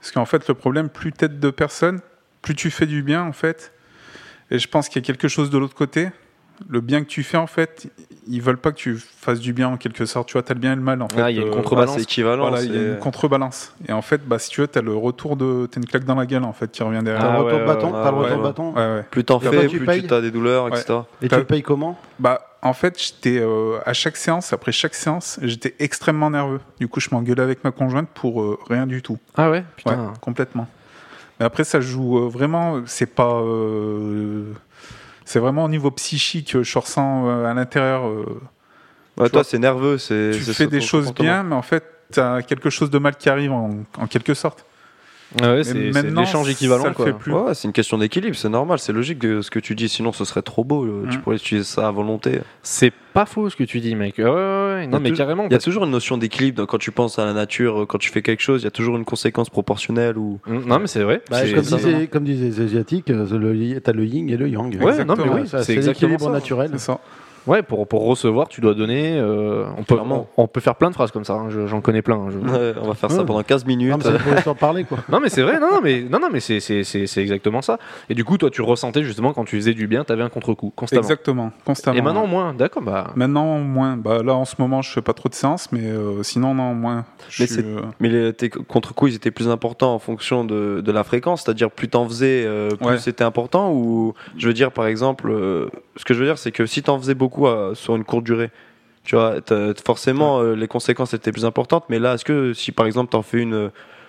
Parce qu'en fait, le problème, plus t'aides de personnes, plus tu fais du bien, en fait. Et je pense qu'il y a quelque chose de l'autre côté. Le bien que tu fais, en fait, ils veulent pas que tu fasses du bien, en quelque sorte. Tu vois, t'as le bien et le mal, en fait.
Ah, il y a une
Euh,
contrebalance.
c'est équivalent.
Voilà, il y a une
c'est-
contrebalance. Et en fait, bah, si tu veux, t'as le retour de. T'as une claque dans la gueule, en fait, qui revient derrière.
T'as
Ah
le retour
ouais,
de bâton,
ouais,
t'as le
ouais,
retour de
ouais.
Ah.
bâton.
Ouais, ouais.
Plus t'en
Et après,
fais,
tu
plus
payes.
tu as des douleurs,
Ouais.
etc.
Et tu
T'as-
le payes comment
Bah, en fait, j'étais euh, à chaque séance, après chaque séance, j'étais extrêmement nerveux. Du coup, je m'engueulais avec ma conjointe pour euh, rien du tout.
Ah ouais
Ouais, complètement. Mais après, ça joue euh, vraiment. C'est pas. euh, c'est vraiment au niveau psychique. euh, Je ressens euh, à l'intérieur. euh,
Ouais, toi,
Tu vois,
c'est nerveux. c'est-
tu
c'est
fais
ça
des
ton
choses
comportement.
bien, mais en fait, t'as quelque chose de mal qui arrive en, en quelque sorte.
Ah ouais,
Mais
c'est c'est
maintenant,
l'échange
ça
équivalent
le
quoi.
fait plus.
Ouais, c'est une question d'équilibre, c'est normal, c'est logique de ce que tu dis, sinon ce serait trop beau, euh, tu
Mm.
pourrais utiliser ça à volonté.
C'est pas faux ce que tu dis, mec. Ouais, ouais, ouais. Non, mais
toujours-
carrément.
Il y a
parce-
toujours une notion d'équilibre dans- quand tu penses à la nature, euh, quand tu fais quelque chose, il y a toujours une conséquence proportionnelle ou.
Mm, Non, mais c'est vrai.
Bah,
C'est-
comme,
c'est-
exactement.
disait- comme disaient les Asiatiques, euh, le yi- t'as le yin et le yang.
Ouais, non, mais
Voilà,
oui,
ça,
c'est
c'est
exactement
l'équilibre
ça.
naturel.
C'est ça.
Ouais, pour, pour recevoir, tu dois donner. euh, on, peut, on,
Clairement.
on peut faire plein de phrases comme ça. hein, je- J'en connais plein. hein, je-
Ouais, euh, on va faire ça
Ouais.
pendant 15 minutes.
Non, mais c'est pour s'en parler, quoi.
Non mais c'est vrai, non, non mais non, non mais c'est c'est- c'est- c'est exactement ça. Et du coup, toi, tu ressentais justement quand tu faisais du bien, t'avais un contre-coup constamment.
Exactement. Constamment.
Et maintenant moins, d'accord, bah.
Maintenant, moins. Bah, là, en ce moment, je fais pas trop de séances, mais euh, sinon, non, moins. Je
Mais
suis,
c'est-
euh,
Mais les, tes contre-coups, ils étaient plus importants en fonction de, de la fréquence, c'est-à-dire plus t'en faisais, euh, plus
Ouais.
c'était important, ou je veux dire par exemple, euh, ce que je veux dire c'est que si t'en faisais beaucoup euh, sur une courte durée, tu vois, t'as- forcément euh, les conséquences étaient plus importantes, mais là, est-ce que si par exemple t'en fais une, euh,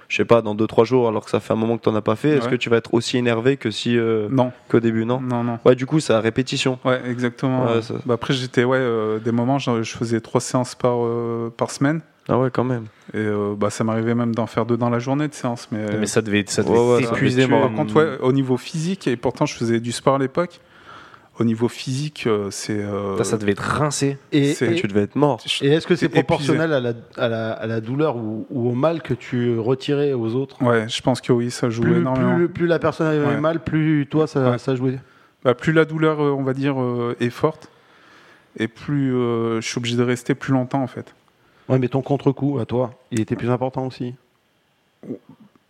je sais pas, dans 2-3 jours alors que ça fait un moment que t'en as pas fait, est-ce
Ouais. Mm.
que tu vas être aussi énervé que si, euh,
Non,
qu'au début, non
non, non.
Ouais, du coup, c'est à répétition.
Ouais, exactement.
Ouais, ça-
Bah, après, j'étais, ouais, euh, des moments, je, je faisais trois séances par, euh, par semaine.
Ah ouais, quand même.
Et euh, bah, ça m'arrivait même d'en faire deux dans la journée de séance. Mais,
Mais ça devait, ça
Ouais,
devait
ouais, ça
t'épuiser,
Mais tu-
moi.
Par contre, ouais, au niveau physique, et pourtant, je faisais du sport à l'époque. Au niveau physique, euh, c'est. euh,
Putain, Ça devait être rincé.
Et,
C'est-
et-
Tu devais être mort.
je-
et est-ce que c'est
t'es épuisé.
proportionnel à la, à, la, à la douleur ou, ou au mal que tu retirais aux autres
Ouais, je pense que oui, ça joue
plus,
énormément.
plus, plus la personne avait
Ouais.
mal, plus toi, ça,
Ouais.
ça jouait.
Bah, plus la douleur, euh, on va dire, euh, est forte, et plus euh, je suis obligé de rester plus longtemps, en fait.
Ouais, mais ton contre-coup à toi, il était plus important aussi.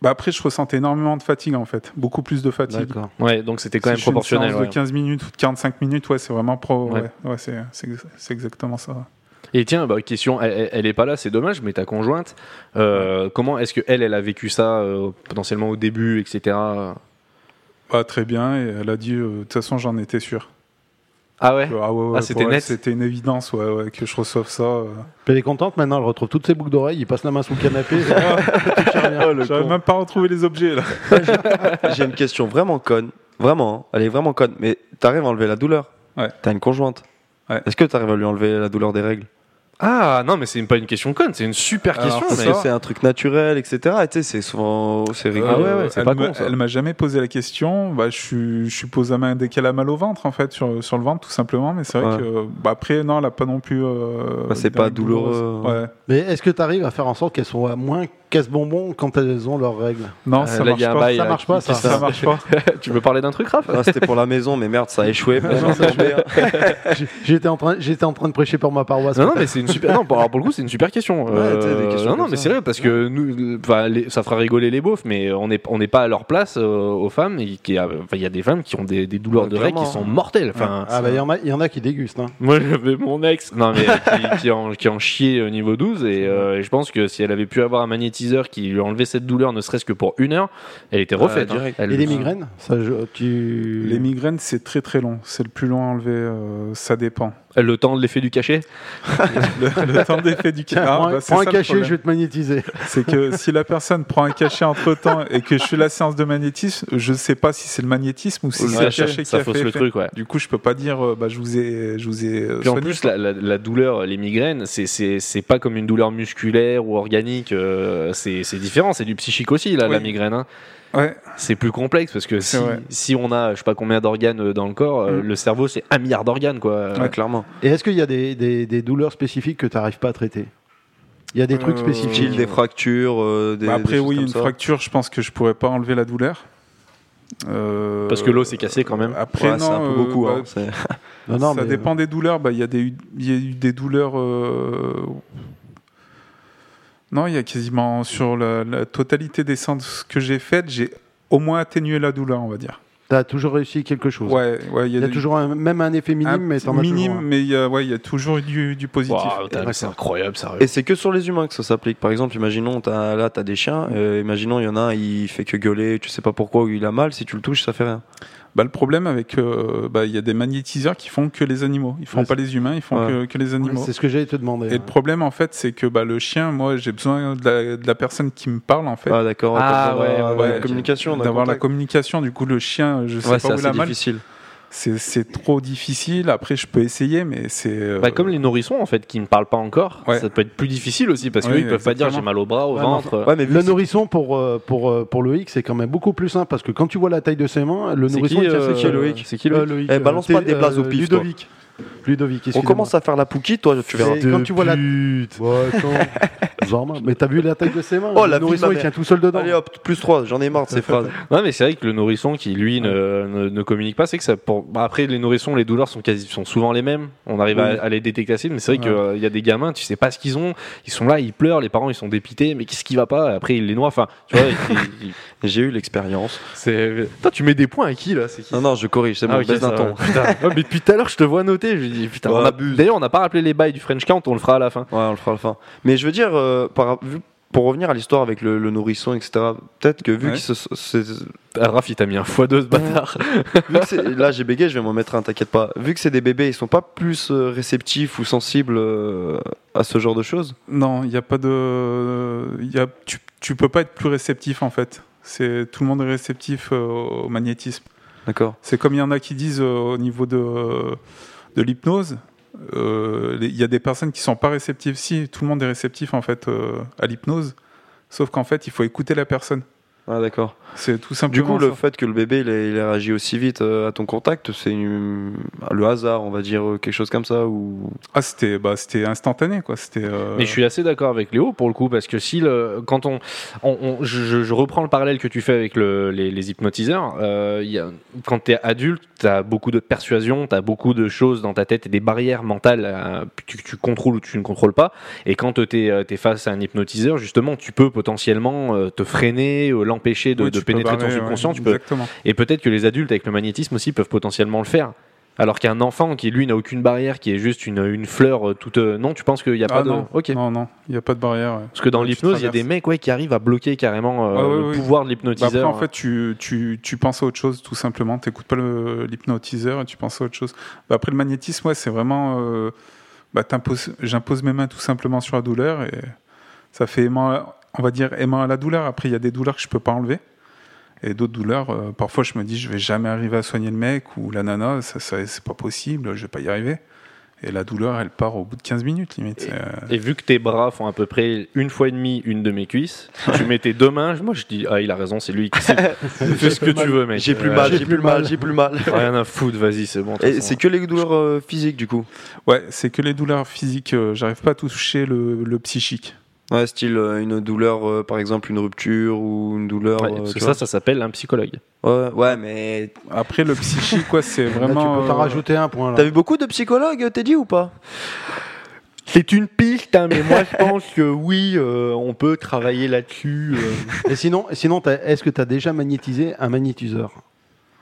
Bah, après, je ressentais énormément de fatigue, en fait. Beaucoup plus de fatigue.
D'accord.
Ouais, donc c'était quand
Si
même
je fais une
proportionnel.
séance
ouais.
de 15 minutes ou de 45 minutes, ouais, c'est vraiment pro.
Ouais.
Ouais, ouais, c'est- c'est c'est exactement ça.
Et tiens, bah, question, elle- elle, elle est pas là, c'est dommage, mais ta conjointe, euh, comment est-ce que elle, elle a vécu ça euh, potentiellement au début, etc.
Bah, très bien, et elle a dit, euh, de toute façon, j'en étais sûr.
Ah ouais.
Ah ouais, ouais,
Ah,
pour
c'était
elle,
net.
C'était une évidence, ouais, ouais, que je reçoive ça. euh.
Elle est contente maintenant, elle retrouve toutes ses boucles d'oreilles, il passe la main sous le canapé.
J'avais même pas retrouvé les objets, là.
J'ai une question vraiment conne. Vraiment, hein. elle est vraiment conne. Mais t'arrives à enlever la douleur.
Ouais.
T'as une conjointe.
Ouais.
Est-ce que t'arrives à lui enlever la douleur des règles
Ah non, mais c'est pas une question conne, c'est une super
Alors,
question.
Parce
ça-
mais-
que c'est un truc naturel, etc. Et tu sais, c'est souvent. C'est rigolo.
Ah ouais, ouais, c'est
elle
pas
me-
con, ça.
Elle m'a jamais posé la question. Bah, je suis, je suis posé à main dès qu'elle a mal au ventre, en fait, sur, sur le ventre, tout simplement. Mais c'est vrai
Ouais.
que, bah, après, non, elle a pas non plus. euh,
Bah, c'est pas
d'arrêt douloureux.
douloureux.
hein.
Ouais.
Mais est-ce que tu arrives à faire en sorte qu'elles soient moins casse-bonbons quand elles ont leurs règles.
Non,
Euh,
ça
là, il
marche
y a un
pas.
bail,
Ça
là,
marche
qui-
pas,
qui
ça.
s'est-
Ça marche pas.
tu veux parler d'un truc, Raph
Ah, C'était pour la maison, mais merde, ça a échoué.
hein.
J'ai- J'étais en train, j'étais en train de prêcher pour ma paroisse.
Non, non, mais c'est une super. Non, pour, alors, pour le coup, c'est une super question. Euh,
Ouais, t'as des questions
non, non,
comme
mais
ça.
c'est vrai parce que nous, euh, enfin, les- ça fera rigoler les beaufs, mais on n'est on n'est pas à leur place euh, aux femmes. et qui- enfin, Il y a des femmes qui ont des, des douleurs
Ouais,
de règles qui
clairement. hein.
sont mortelles. Enfin,
Ah bah il y en a, il y en a qui dégustent. hein.
Moi, j'avais mon ex, non mais euh, qui, qui en, qui en chiait au niveau 12 et, euh, et je pense que si elle avait pu avoir un magnétiseur qui lui enlevait cette douleur, ne serait-ce que pour une heure, elle était refaite.
Ah, direct.
hein. Elle-
Et les migraines, ça, je- tu.
Les migraines, c'est très très long. C'est le plus long à enlever. euh, ça dépend.
elle- le temps de l'effet du cachet.
Le, le temps d'effet du
Tiens,
Ah,
prends, un-
bah, c'est
prends un
ça le
cachet,
problème.
je vais te magnétiser.
C'est que si la personne prend un cachet entre temps et que je fais la séance de magnétisme, je ne sais pas si c'est le magnétisme ou si
Ouais,
c'est le
ça,
cachet qui
ça
a
fausse
fait
le
effet.
truc, ouais.
Du coup, je peux pas dire, euh, bah, je vous ai, je vous ai. euh,
Puis en
soigné.
plus, la, la- la douleur, les migraines, c'est- c'est c'est pas comme une douleur musculaire ou organique, euh, c'est c'est différent, c'est du psychique aussi, là, la
Oui.
migraine. hein.
Ouais.
C'est plus complexe parce que si,
C'est vrai.
si on a je sais pas combien d'organes euh, dans le corps, euh,
Mm.
le cerveau c'est un milliard d'organes, quoi. Euh,
Ouais, clairement.
Et est-ce qu'il y a des, des- des douleurs spécifiques que tu n'arrives pas à traiter Il y a des trucs
Euh,
Gilles,
spécifiques.
des fractures, euh, des.
Bah,
des
après,
choses
oui,
comme
une
ça.
fracture, je pense que je pourrais pas enlever la douleur. Euh,
Parce que l'eau s'est cassée quand même.
Après,
Ouais,
non,
c'est un peu
euh,
beaucoup.
bah,
hein, c'est-
Non, non,
ça
mais- euh,
dépend des douleurs. Bah, Il y, a des- il y a eu des douleurs. euh, Non, il y a quasiment sur la, la totalité des séances que j'ai faites, j'ai au moins atténué la douleur, on va dire.
T'as toujours réussi quelque chose.
Ouais, ouais,
Mmh. Il y a
eu
toujours un- même un effet minime,
un
mais t'en as
minime,
toujours. un.
mais il y a- ouais, il y a toujours eu du, du positif.
waouh, putain, mais c'est
D'accord.
incroyable, sérieux.
Et c'est que sur les humains que ça s'applique. Par exemple, imaginons, as, là, t'as des chiens. euh, imaginons, il y en a un, il fait que gueuler, tu sais pas pourquoi, ou il a mal. Si tu le touches, ça fait rien.
Bah, le problème avec, euh, bah, il y a des magnétiseurs qui font que les animaux. Ils font
Ouais,
pas les humains, ils font
Ouais.
que, que les animaux.
C'est ce que j'allais te demander.
Et
ouais.
le problème en fait, c'est que bah, le chien, moi, j'ai besoin de la, de la personne qui me parle en fait,
Ah, d'accord.
Ah,
d'accord,
ouais,
d'avoir
ouais,
la
ouais.
communication,
d'avoir la
contact.
communication. Du coup, le chien, je sais
Ouais, c'est
pas où il a
assez
mal.
difficile.
C'est- C'est trop difficile. Après, je peux essayer, mais c'est euh,
Bah, comme les nourrissons en fait qui ne parlent pas encore,
Ouais.
ça peut être plus difficile aussi parce
Oui,
qu'ils peuvent pas dire
exactement.
j'ai mal au bras, au
Ouais, mais
ventre.
Ouais, mais vu
Le
que
nourrisson pour, euh, pour, euh, pour Loïc, c'est quand même beaucoup plus simple parce que quand tu vois la taille de ses mains, le
C'est
nourrisson,
qui,
il tient
euh,
ses pieds.
C'est qui
Euh,
Loïc
Loïc,
Eh,
euh,
balance pas
t'es-
des blases au
euh,
pif, toi.
Ludovic. Ludovic,
on
excusez-moi.
commence à faire la pouki, toi, tu verras.
C'est quand tu vois la. Ouais, attends. Genre, mais t'as vu la taille de ses mains
Oh, la vie
Le
de ma
nourrisson, il
mère.
tient tout seul dedans.
Allez hop, plus 3, j'en ai marre de ces phrases.
Non mais c'est vrai que le nourrisson qui lui ne, ne, ne communique pas, c'est que ça. Pour... bah, après les nourrissons, les douleurs sont quasi sont souvent les mêmes. On arrive
Oui.
à, à les détecter assez, mais c'est vrai
Ouais.
qu'il y a des gamins, tu sais pas ce qu'ils ont, ils sont là, ils pleurent, les parents ils sont dépités, mais qu'est-ce qui va pas Après ils les noient. Enfin, tu vois, ils- ils-
J'ai eu l'expérience.
c'est. Toi tu mets des points à qui là C'est qui
Non, non, je corrige, c'est bon,
Ah, ok,
baisse d'un
ça
ton.
va. Putain. Ouais, mais depuis tout à l'heure je te vois noter. Je dis putain.
Ouais,
on a-
abuse.
D'ailleurs on n'a pas rappelé les bails du French Count, on le fera à la fin.
Ouais, on le fera à la fin. Mais je veux dire, euh, par- vu- pour revenir à l'histoire avec le, le nourrisson, etc., peut-être que vu
Ouais.
que ce- c'est-
Ah, Raph il t'a mis un x2 ce bâtard.
Vu que c'est- là, j'ai bégayé, je vais m'en mettre un, t'inquiète pas. Vu que c'est des bébés, ils sont pas plus euh, réceptifs ou sensibles euh, à ce genre de choses.
non, il y a pas de, il y a- tu, tu peux pas être plus réceptif en fait. C'est tout le monde est réceptif euh, au magnétisme.
D'accord.
C'est comme il y en a qui disent euh, au niveau de de l'hypnose. euh, les- Il y a des personnes qui sont pas réceptives. Si tout le monde est réceptif en fait euh, à l'hypnose, sauf qu'en fait il faut écouter la personne.
Ah, d'accord.
C'est tout
Du
simplement.
coup, le
ça.
fait que le bébé il, ait- il ait réagi aussi vite euh, à ton contact, c'est une- le hasard, on va dire, euh, quelque chose comme ça. Ou...
Ah, c'était bah, c'était instantané quoi. C'était. euh,
Mais je suis assez d'accord avec Léo pour le coup, parce que si le, quand on, on- on- je, je- je reprends le parallèle que tu fais avec le- les, les hypnotiseurs, euh, il y a- quand t'es adulte, t'as beaucoup de persuasion, t'as beaucoup de choses dans ta tête et des barrières mentales euh, que tu, que tu contrôles ou tu ne contrôles pas. Et quand t'es es face à un hypnotiseur, justement, tu peux potentiellement euh, te freiner, euh, l'empêcher de,
oui,
de
tu peux
pénétrer ton
barrer, ouais,
subconscient. tu peux,
Exactement.
et peut-être que les adultes avec le magnétisme aussi peuvent potentiellement le faire. Alors qu'un enfant qui lui n'a aucune barrière, qui est juste une, une fleur euh, toute. euh, non, tu penses qu'il n'y a pas
Ah
de.
non,
Ok.
non, non, il n'y a pas de barrière. ouais.
Parce que dans
Tu
l'hypnose, il y a des
traverses.
mecs ouais, qui arrivent à bloquer carrément euh,
Ah ouais,
le
ouais,
pouvoir de
Bah après,
l'hypnotiseur.
en fait, tu, tu, tu penses à autre chose, tout simplement. Tu n'écoutes pas le- l'hypnotiseur et tu penses à autre chose. Bah après, le magnétisme, ouais, c'est vraiment. euh, bah, t'imposes- J'impose mes mains tout simplement sur la douleur et ça fait aimant, à- on va dire, aimant à la douleur. Après, il y a des douleurs que je peux pas enlever. Et d'autres douleurs, euh, parfois je me dis, je vais jamais arriver à soigner le mec ou la nana, ça, ça, c'est pas possible, je vais pas y arriver. Et la douleur, elle part au bout de 15 minutes limite. Euh,
Et vu que tes bras font à peu près une fois et demie une de mes cuisses, tu mets tes deux mains. Moi, je dis, ah, il a raison, c'est lui qui sait. Fais ce que tu veux, mec.
J'ai plus
Euh,
mal,
j'ai
j'ai
plus
plus mal,
mal.
j'ai plus mal.
j'ai Rien à foutre, vas-y, c'est bon. de toute
Et
façon.
c'est que les douleurs euh, physiques, du coup.
Ouais, c'est que les douleurs physiques, euh, j'arrive pas à toucher le, le psychique.
Ouais, style euh, une douleur, euh, par exemple une rupture ou une douleur.
Ouais,
euh,
parce
tu
que Oh, ça,
vois.
ça s'appelle un psychologue.
Ouais, ouais, mais
Après, le psychique, quoi, c'est
Là,
vraiment.
tu peux t'en
euh,
rajouter un point.
t'as
Là.
vu beaucoup de psychologues, t'es dit ou pas
C'est une piste, hein, mais moi je pense que oui, euh, on peut travailler là-dessus. euh.
Et sinon, et sinon t'as- est-ce que tu as déjà magnétisé un magnétiseur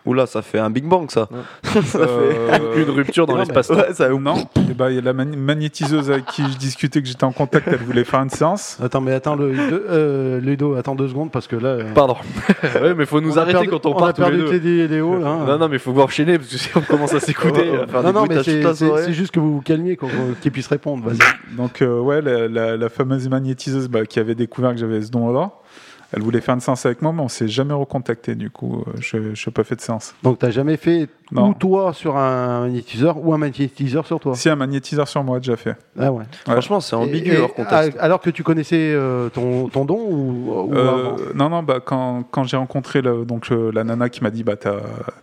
Oula, ça fait un Big Bang ça. ça fait...
euh,
Une rupture dans
Non, mais-
l'espace.
Ouais, ça...
Non, Eh ben, il y a la mani- magnétiseuse avec qui je discutais, que j'étais en contact, elle voulait faire une séance.
Attends, mais attends, le, de- euh, Ludo, attends deux secondes parce que là. euh,
Pardon. ouais, mais faut nous
a
arrêter
perdu-
quand on, parle
a
tous les
perdu
deux.
Teddy et Léo. Là, hein.
Non, non, mais faut enchaîner parce que si on commence à s'écouter.
Ouais, ouais.
euh,
Ah. faire
Non,
des
non, mais
bruitages toute
c'est
la
c'est-
soirée.
c'est juste que vous vous calmiez, qu'on- qu'on- qu'il puisse répondre. Vas-y.
Donc, euh, ouais, la, la- la fameuse magnétiseuse bah, qui avait découvert que j'avais ce don-là, elle voulait faire une séance avec moi, mais on s'est jamais recontacté. Du coup, euh, je n'ai pas fait de séance.
Donc, t'as jamais fait
Non.
ou toi sur un magnétiseur ou un magnétiseur sur toi
Si, un magnétiseur sur moi, déjà fait.
Ah ouais.
Franchement, c'est ambigu
Et-
leur
et-
contexte.
a- Alors que tu connaissais euh, ton, ton don ou, ou
Euh,
avant
non, non, bah, quand, quand j'ai rencontré le- donc, euh, la nana qui m'a dit bah, T'as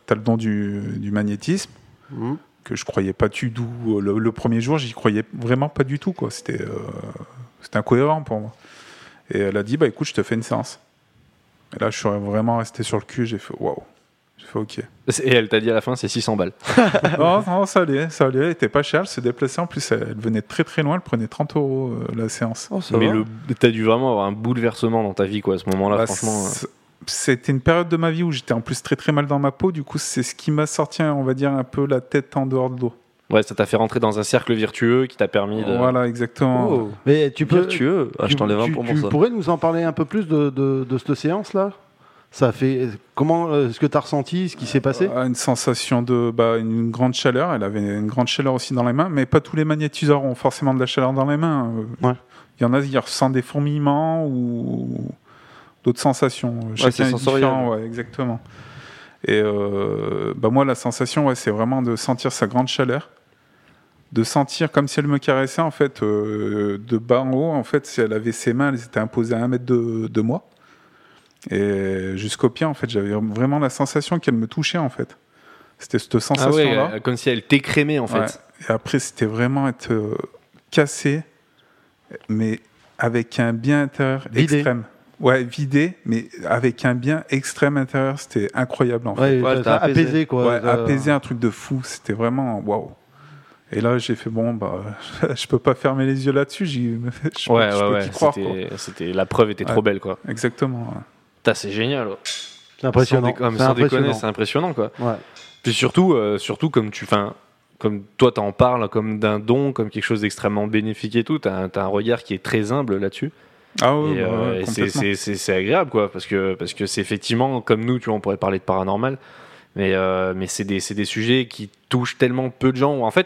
as le don du, du magnétisme,
Mhm.
que je croyais pas du tout. Le, le premier jour, j'y croyais vraiment pas du tout. quoi. C'était euh, c'était incohérent pour moi. Et elle a dit bah, Écoute, je te fais une séance. Et là, je suis vraiment resté sur le cul. J'ai fait Waouh. J'ai fait OK.
Et elle t'a dit à la fin, c'est 600 balles.
non, non, ça allait, ça allait. Elle était pas chère, elle se déplaçait. En plus, elle venait de très très loin, elle prenait 30 euros euh, la séance.
Oh, ça
mais
va.
le... t'as dû vraiment avoir un bouleversement dans ta vie, quoi, à ce moment-là,
Bah,
franchement. euh.
c- C'était une période de ma vie où j'étais en plus très très mal dans ma peau. Du coup, c'est ce qui m'a sorti, on va dire, un peu la tête en dehors de l'eau.
euh, Ouais, ça t'a fait rentrer dans un cercle vertueux qui t'a permis de.
Voilà, exactement.
Oh,
Mais tu peux.
vertueux.
Bah,
Ah, je
tu-
t'enlève un
tu-
pour
Tu
moi ça.
pourrais nous en parler un peu plus de, de, de cette séance-là Ça fait. Comment euh, ce que tu as ressenti, ce qui s'est passé
Ah, Une sensation de bah, une grande chaleur. Elle avait une grande chaleur aussi dans les mains, mais pas tous les magnétiseurs ont forcément de la chaleur dans les mains. Euh,
Ouais.
Il y en a qui ressentent des fourmillements ou d'autres sensations.
c'est
Chacun est
sensoriel.
différent, ouais, exactement. Et euh, bah, moi, la sensation, ouais, c'est vraiment de sentir sa grande chaleur, de sentir comme si elle me caressait en fait euh, de bas en haut. En fait, si elle avait ses mains, elles étaient imposées à un mètre de, de moi. Et jusqu'au pied, en fait, j'avais vraiment la sensation qu'elle me touchait, en fait. C'était cette
Ah ouais,
sensation-là.
euh, comme si elle t'écrémait en fait.
Ouais. Et après, c'était vraiment être euh, cassé, mais avec un bien intérieur
Vidé.
extrême. Ouais, vidé, mais avec un bien extrême intérieur. C'était incroyable, en fait.
Ouais,
Ouais,
t'as-
t'as
t'as apaisé,
apaisé.
quoi.
Ouais,
euh,
T'as-
apaiser un truc de fou. C'était vraiment waouh. Et là, j'ai fait bon, bah, je peux pas fermer les yeux là-dessus. j'y- Je peux,
Ouais,
je
ouais,
peux
ouais,
qu'y croire. quoi.
c'était- C'était la preuve était trop
Ouais.
belle quoi.
Exactement. ouais.
Putain, c'est génial. ouais.
C'est impressionnant.
Sans, déco- mais
C'est
sans
impressionnant.
déconner, c'est impressionnant quoi.
Ouais.
Puis surtout, euh, surtout comme tu, fin, comme toi t'en parles comme d'un don, comme quelque chose d'extrêmement bénéfique et tout. T'as un, t'as un regard qui est très humble là-dessus.
Ah ouais,
et
bah,
euh,
ouais,
et c'est-
complètement.
c'est c'est- c'est agréable quoi, parce que parce que c'est effectivement comme nous, tu vois, on pourrait parler de paranormal, mais euh, mais c'est des c'est des sujets qui touchent tellement peu de gens. En fait.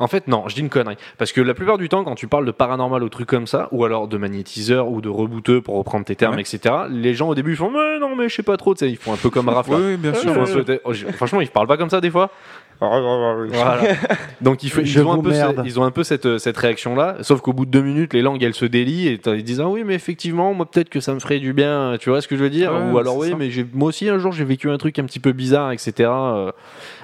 En fait, non, je dis une connerie. Parce que la plupart du temps, quand tu parles de paranormal ou trucs comme ça, ou alors de magnétiseur ou de rebouteux, pour reprendre tes termes,
Ouais.
etc., les gens au début ils font Mais non, mais je sais pas trop, tu sais, ils font un peu comme Raph. là.
Oui, oui, bien
Ils
sûr.
font un
ouais.
peu- oh, je- Franchement, ils parlent pas comme ça des fois.
Ah,
Voilà. Donc ils, font- ils
Je
ont un
vous
peu ce-
merde.
ils ont un peu cette, cette réaction-là, sauf qu'au bout de deux minutes, les langues elles se délient et t'as- ils disent ah oui mais effectivement moi peut-être que ça me ferait du bien, tu vois ce que je veux dire
Ouais,
Ou alors
c'est
oui
ça.
mais j'ai- moi aussi un jour j'ai vécu un truc un petit peu bizarre etc. Euh,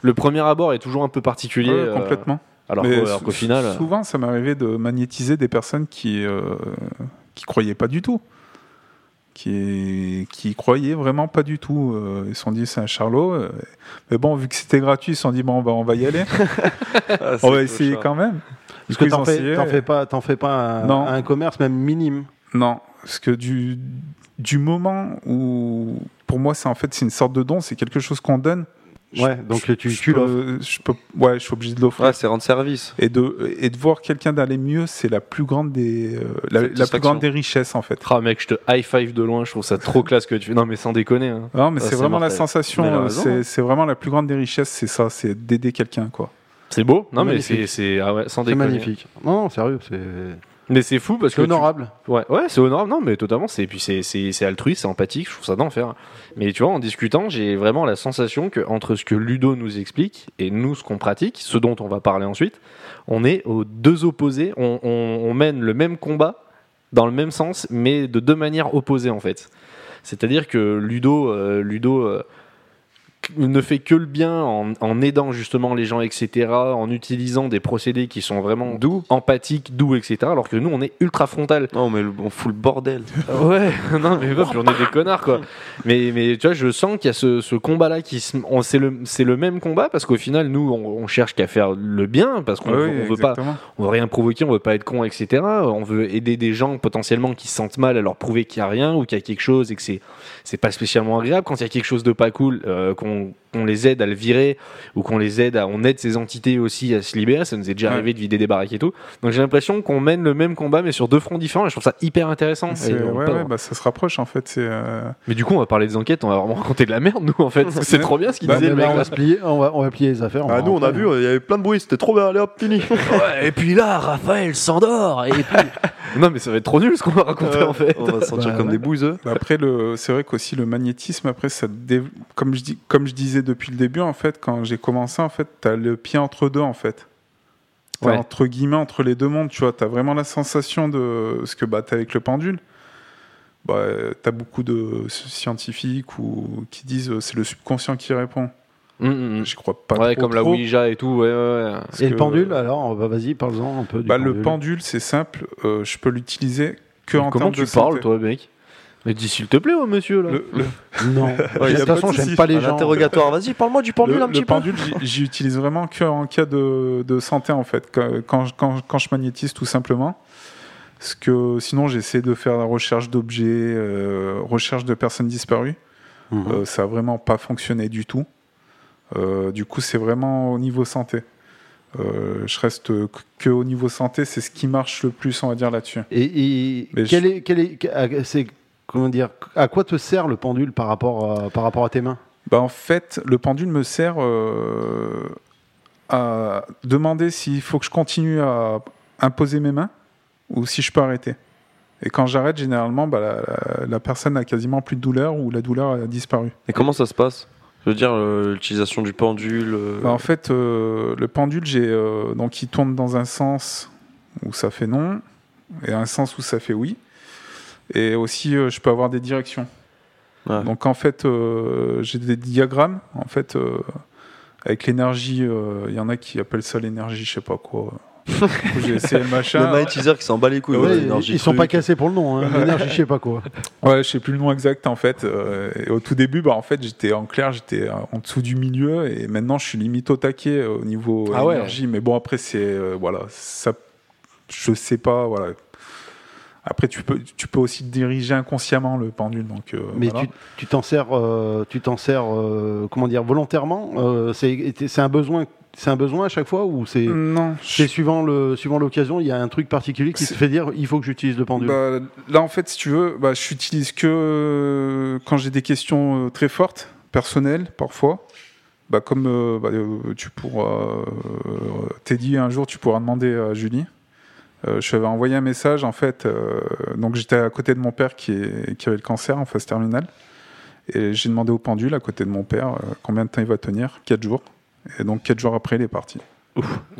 Le premier abord est toujours un peu particulier,
Ouais,
euh,
complètement.
alors
Mais
qu'au alors
sou-
qu'au final euh,
Souvent, ça m'arrivait de magnétiser des personnes qui euh, qui croyaient pas du tout, qui qui croyaient vraiment pas du tout. Euh, Ils se sont dit c'est un charlot, euh, mais bon vu que c'était gratuit, ils se sont dit bon bah, on va y aller,
Ah, c'est
on va
le
essayer
chat.
quand même.
Parce
Du
que
coup, ils
t'en
ont
fais,
essayé.
t'en fais pas, t'en fais pas un,
Non.
un commerce même minime.
Non, parce que du du moment où pour moi c'est en fait c'est une sorte de don, c'est quelque chose qu'on donne. Je-
Ouais, donc
je-
tu-
je
tu
peux- Je peux, ouais, je suis obligé de l'offrir.
Ouais, c'est rendre service.
Et de, et de voir quelqu'un d'aller mieux, c'est la plus grande des euh, la, la
Satisfaction.
plus grande des richesses en fait.
Ah, mec, je te high five de loin, je trouve ça trop classe que tu fais. Non, mais sans déconner. hein.
Non, mais
Ah,
c'est
c'est
vraiment
mortel.
la sensation,
Mais elle a
euh,
raison, hein.
c'est c'est vraiment la plus grande des richesses, c'est ça, c'est d'aider quelqu'un, quoi.
C'est beau. Non, mais
Magnifique.
c'est c'est- ah ouais, sans
C'est
déconner.
magnifique. Non, non, sérieux, c'est
Mais c'est fou parce
c'est
que tu-
honorable.
Ouais, ouais c'est honorable, non, mais totalement. C'est, et puis c'est, c'est, c'est altruiste, c'est empathique, je trouve ça d'enfer. hein. Mais tu vois, en discutant, j'ai vraiment la sensation que entre ce que Ludo nous explique et nous, ce qu'on pratique, ce dont on va parler ensuite, on est aux deux opposés. On, on- on mène le même combat dans le même sens, mais de deux manières opposées en fait. C'est-à-dire que Ludo, euh, Ludo euh, ne fait que le bien en, en aidant justement les gens, etc., en utilisant des procédés qui sont vraiment
D'où
empathiques, doux, etc., alors que nous, on est ultra frontal.
Non, mais le- on fout le bordel.
Ouais, non, mais meuf, on est des connards, quoi. Mais, mais tu vois, je sens qu'il y a ce, ce combat-là qui se- on- C'est le, c'est le même combat parce qu'au final, nous, on, on cherche qu'à faire le bien parce qu'on
Ah Oui,
on veut pas.
exactement.
On veut rien provoquer, on veut pas être con, etc. On veut aider des gens potentiellement qui se sentent mal à leur prouver qu'il y a rien ou qu'il y a quelque chose et que c'est c'est pas spécialement agréable. Quand il y a quelque chose de pas cool, euh, qu'on qu'on les aide à le virer ou qu'on les aide à on aide ces entités aussi à se libérer. Ça nous est déjà
Ouais.
arrivé de vider des baraques et tout. Donc j'ai l'impression qu'on mène le même combat mais sur deux fronts différents. Et je trouve ça hyper intéressant.
C'est-
Et on hein.
ouais,
parle-
ouais, bah, ça se rapproche en fait. C'est euh,
Mais du coup, on va parler des enquêtes, on va vraiment raconter de la merde nous en fait. Parce que C'est
Ouais.
trop bien ce qu'il
Bah,
disait
Ah,
le
mais
mec.
là, on, va se plier, on, va, on va plier les affaires.
Ah,
va
nous, on a
rentrer.
vu, il y avait plein de bruit, c'était trop bien. Allez hop, fini.
Ouais, et puis là, Raphaël s'endort. Et puis... non mais ça va être trop nul ce qu'on va raconter
Euh,
en fait.
On va se sentir
Bah,
comme
ouais.
des bouseux.
bah, après le, c'est vrai qu'aussi le magnétisme après ça dé- comme je dis comme je disais depuis le début en fait quand j'ai commencé en fait t'as le pied entre deux en fait. T'as
Ouais.
Entre guillemets entre les deux mondes tu vois t'as vraiment la sensation de ce que bah t'as avec le pendule. Bah euh, t'as beaucoup de scientifiques ou qui disent euh, c'est le subconscient qui répond.
Mm, mm.
J'y crois pas.
ouais,
trop,
comme la
trop,
Ouija et tout, ouais, ouais. ouais.
parce
Et le
que-
pendule, alors bah, Vas-y, parle-en un peu. Du
Bah,
pendule.
Le pendule, c'est simple, euh, je peux l'utiliser que en
Comment
termes
tu
de
parles,
santé.
toi, mec Mais dis s'il te plaît, oh, monsieur, là.
Le, le-
Non.
y
de
a
toute
pas
façon,
de
j'aime
souci.
pas
À
les gens.
l'interrogatoire, vas-y, parle-moi du pendule
le-
un
le
petit peu.
pendule, j'y- j'y utilise vraiment que en cas de, de santé, en fait, quand, quand, je- quand, je- quand je magnétise, tout simplement. Parce que sinon, j'essaie de faire la recherche d'objets, euh, recherche de personnes disparues.
Mhm.
Euh, ça a vraiment pas fonctionné du tout. Euh, du coup, c'est vraiment au niveau santé. Euh, je reste que- que au niveau santé, c'est ce qui marche le plus, on va dire, là-dessus.
Et, et
Mais
quel est, quel est, à- c'est comment dire, à quoi te sert le pendule par rapport à, par rapport à tes mains
Bah, en fait, le pendule me sert euh, à demander s'il faut que je continue à imposer mes mains ou si je peux arrêter. Et quand j'arrête, généralement, bah, la, la- la personne a quasiment plus de douleur ou la douleur a disparu.
Et comment ça se passe Je veux dire, euh, l'utilisation du pendule. euh,
Bah, en fait, euh, le pendule, j'ai euh, donc il tourne dans un sens où ça fait non et un sens où ça fait oui. Et aussi, euh, je peux avoir des directions.
Ouais.
Donc en fait, euh, j'ai des diagrammes en fait euh, avec l'énergie. euh, Il y en a qui appellent ça l'énergie, je sais pas quoi. Du coup, j'ai essayé le
Le
machin.
magnétiseur qui s'en bat les couilles.
Ouais,
voilà,
ils-
l'énergie
Ils sont
truc.
pas cassés pour le nom, hein. l'énergie, je sais pas quoi.
Ouais, je sais plus le nom exact en fait. Euh, et au tout début, bah en fait, j'étais en clair, j'étais euh, en dessous du milieu et maintenant je suis limite au taquet euh, au niveau
Ah ouais.
énergie. Mais bon après c'est euh, voilà, ça, je sais pas voilà. Après tu peux tu peux aussi diriger inconsciemment le pendule donc. euh,
Mais
voilà.
tu- tu t'en sers, euh, tu t'en sers, euh, comment dire, volontairement euh, C'est c'est un besoin, c'est un besoin à chaque fois ou c'est
non,
c'est suivant le suivant l'occasion Il y a un truc particulier qui te
C'est-
fait dire il faut que j'utilise le pendule.
Bah, là, en fait, si tu veux, bah, je n'utilise que euh, quand j'ai des questions euh, très fortes, personnelles, parfois. Bah, comme euh, bah, euh, tu pourras. euh, T'es dit un jour, tu pourras demander à Julie. Euh, je lui avais envoyé un message, en fait. euh, donc, j'étais à côté de mon père qui, est- qui avait le cancer en phase terminale. Et j'ai demandé au pendule, à côté de mon père, euh, combien de temps il va tenir 4 jours. Et donc, 4 jours après, il est parti.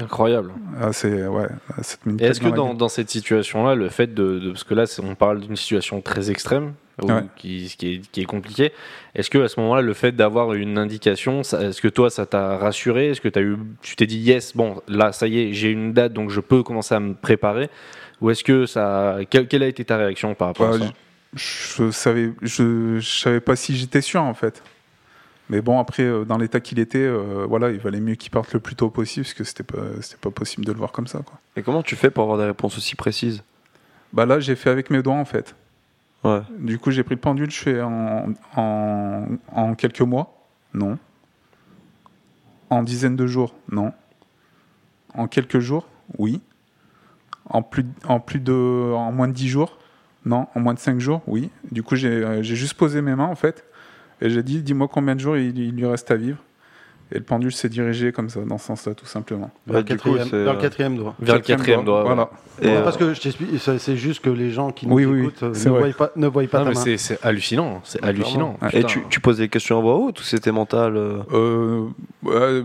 Incroyable.
Ah, c'est. Ouais, ça te met une
Et est-ce
claque
que
la
dans,
gueule.
dans cette situation-là, le fait de, de- Parce que là, c'est- on parle d'une situation très extrême, ou
Ouais.
qui, ce qui est, qui est compliquée. Est-ce que à ce moment-là, le fait d'avoir une indication, ça- est-ce que toi, ça t'a rassuré Est-ce que as eu, tu t'es dit, yes, bon, là, ça y est, j'ai une date, donc je peux commencer à me préparer Ou est-ce que ça. Quelle, quelle a été ta réaction par rapport
Bah,
à ça
je, je savais, je, je savais pas si j'étais sûr en fait. Mais bon, après, euh, dans l'état qu'il était, euh, voilà, il valait mieux qu'il parte le plus tôt possible parce que c'était pas, c'était pas possible de le voir comme ça. Quoi.
Et comment tu fais pour avoir des réponses aussi précises
Bah là, j'ai fait avec mes doigts en fait.
Ouais.
Du coup, j'ai pris le pendule, je fais en, en, en quelques mois, non. En dizaines de jours, non. En quelques jours, oui. En plus, en plus de, en moins de 10 jours, non. En moins de 5 jours, oui. Du coup, j'ai euh, j'ai juste posé mes mains en fait et j'ai dit, dis-moi combien de jours il, il lui reste à vivre. Et le pendule s'est dirigé comme ça, dans ce sens-là, tout simplement.
vers, le
du coup,
quatrième,
c'est,
vers le
euh,
quatrième doigt.
Vers le quatrième doigt. ouais.
Voilà.
Et,
Ouais,
euh,
Parce que je t'explique, ça- c'est juste que les gens qui nous
Oui, oui, oui,
écoutent euh,
c'est
ne,
vrai.
voient pas, ne voient pas
Non,
ta
mais
main.
c'est c'est hallucinant, c'est hallucinant.
Ouais.
euh, Et
Putain.
tu, tu posais des questions à voix haute ou c'était mental euh,
Euh, euh,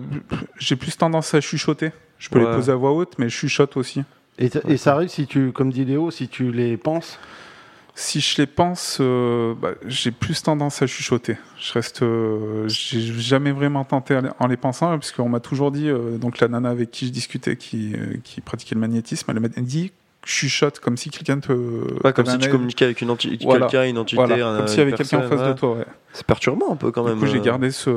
j'ai plus tendance à chuchoter. Je peux
Ouais.
les poser à voix haute, mais je chuchote aussi.
Et, t- et ça arrive si tu, comme dit Léo, si tu les penses.
Si je les pense, euh, bah, j'ai plus tendance à chuchoter. Je reste, euh, j'ai jamais vraiment tenté en les pensant, parce qu'on m'a toujours dit, euh, donc la nana avec qui je discutais, qui, euh, qui pratiquait le magnétisme, elle m'a dit chuchote comme si quelqu'un te,
Pas comme
te
si tu
manait-
communiquais avec une entité,
Voilà.
quelqu'un, une entité,
voilà,
un-
comme s'il y
une
avait quelqu'un en
personne,
face de
ouais.
toi. ouais.
C'est perturbant un peu quand même.
du coup, j'ai
euh.
gardé ce,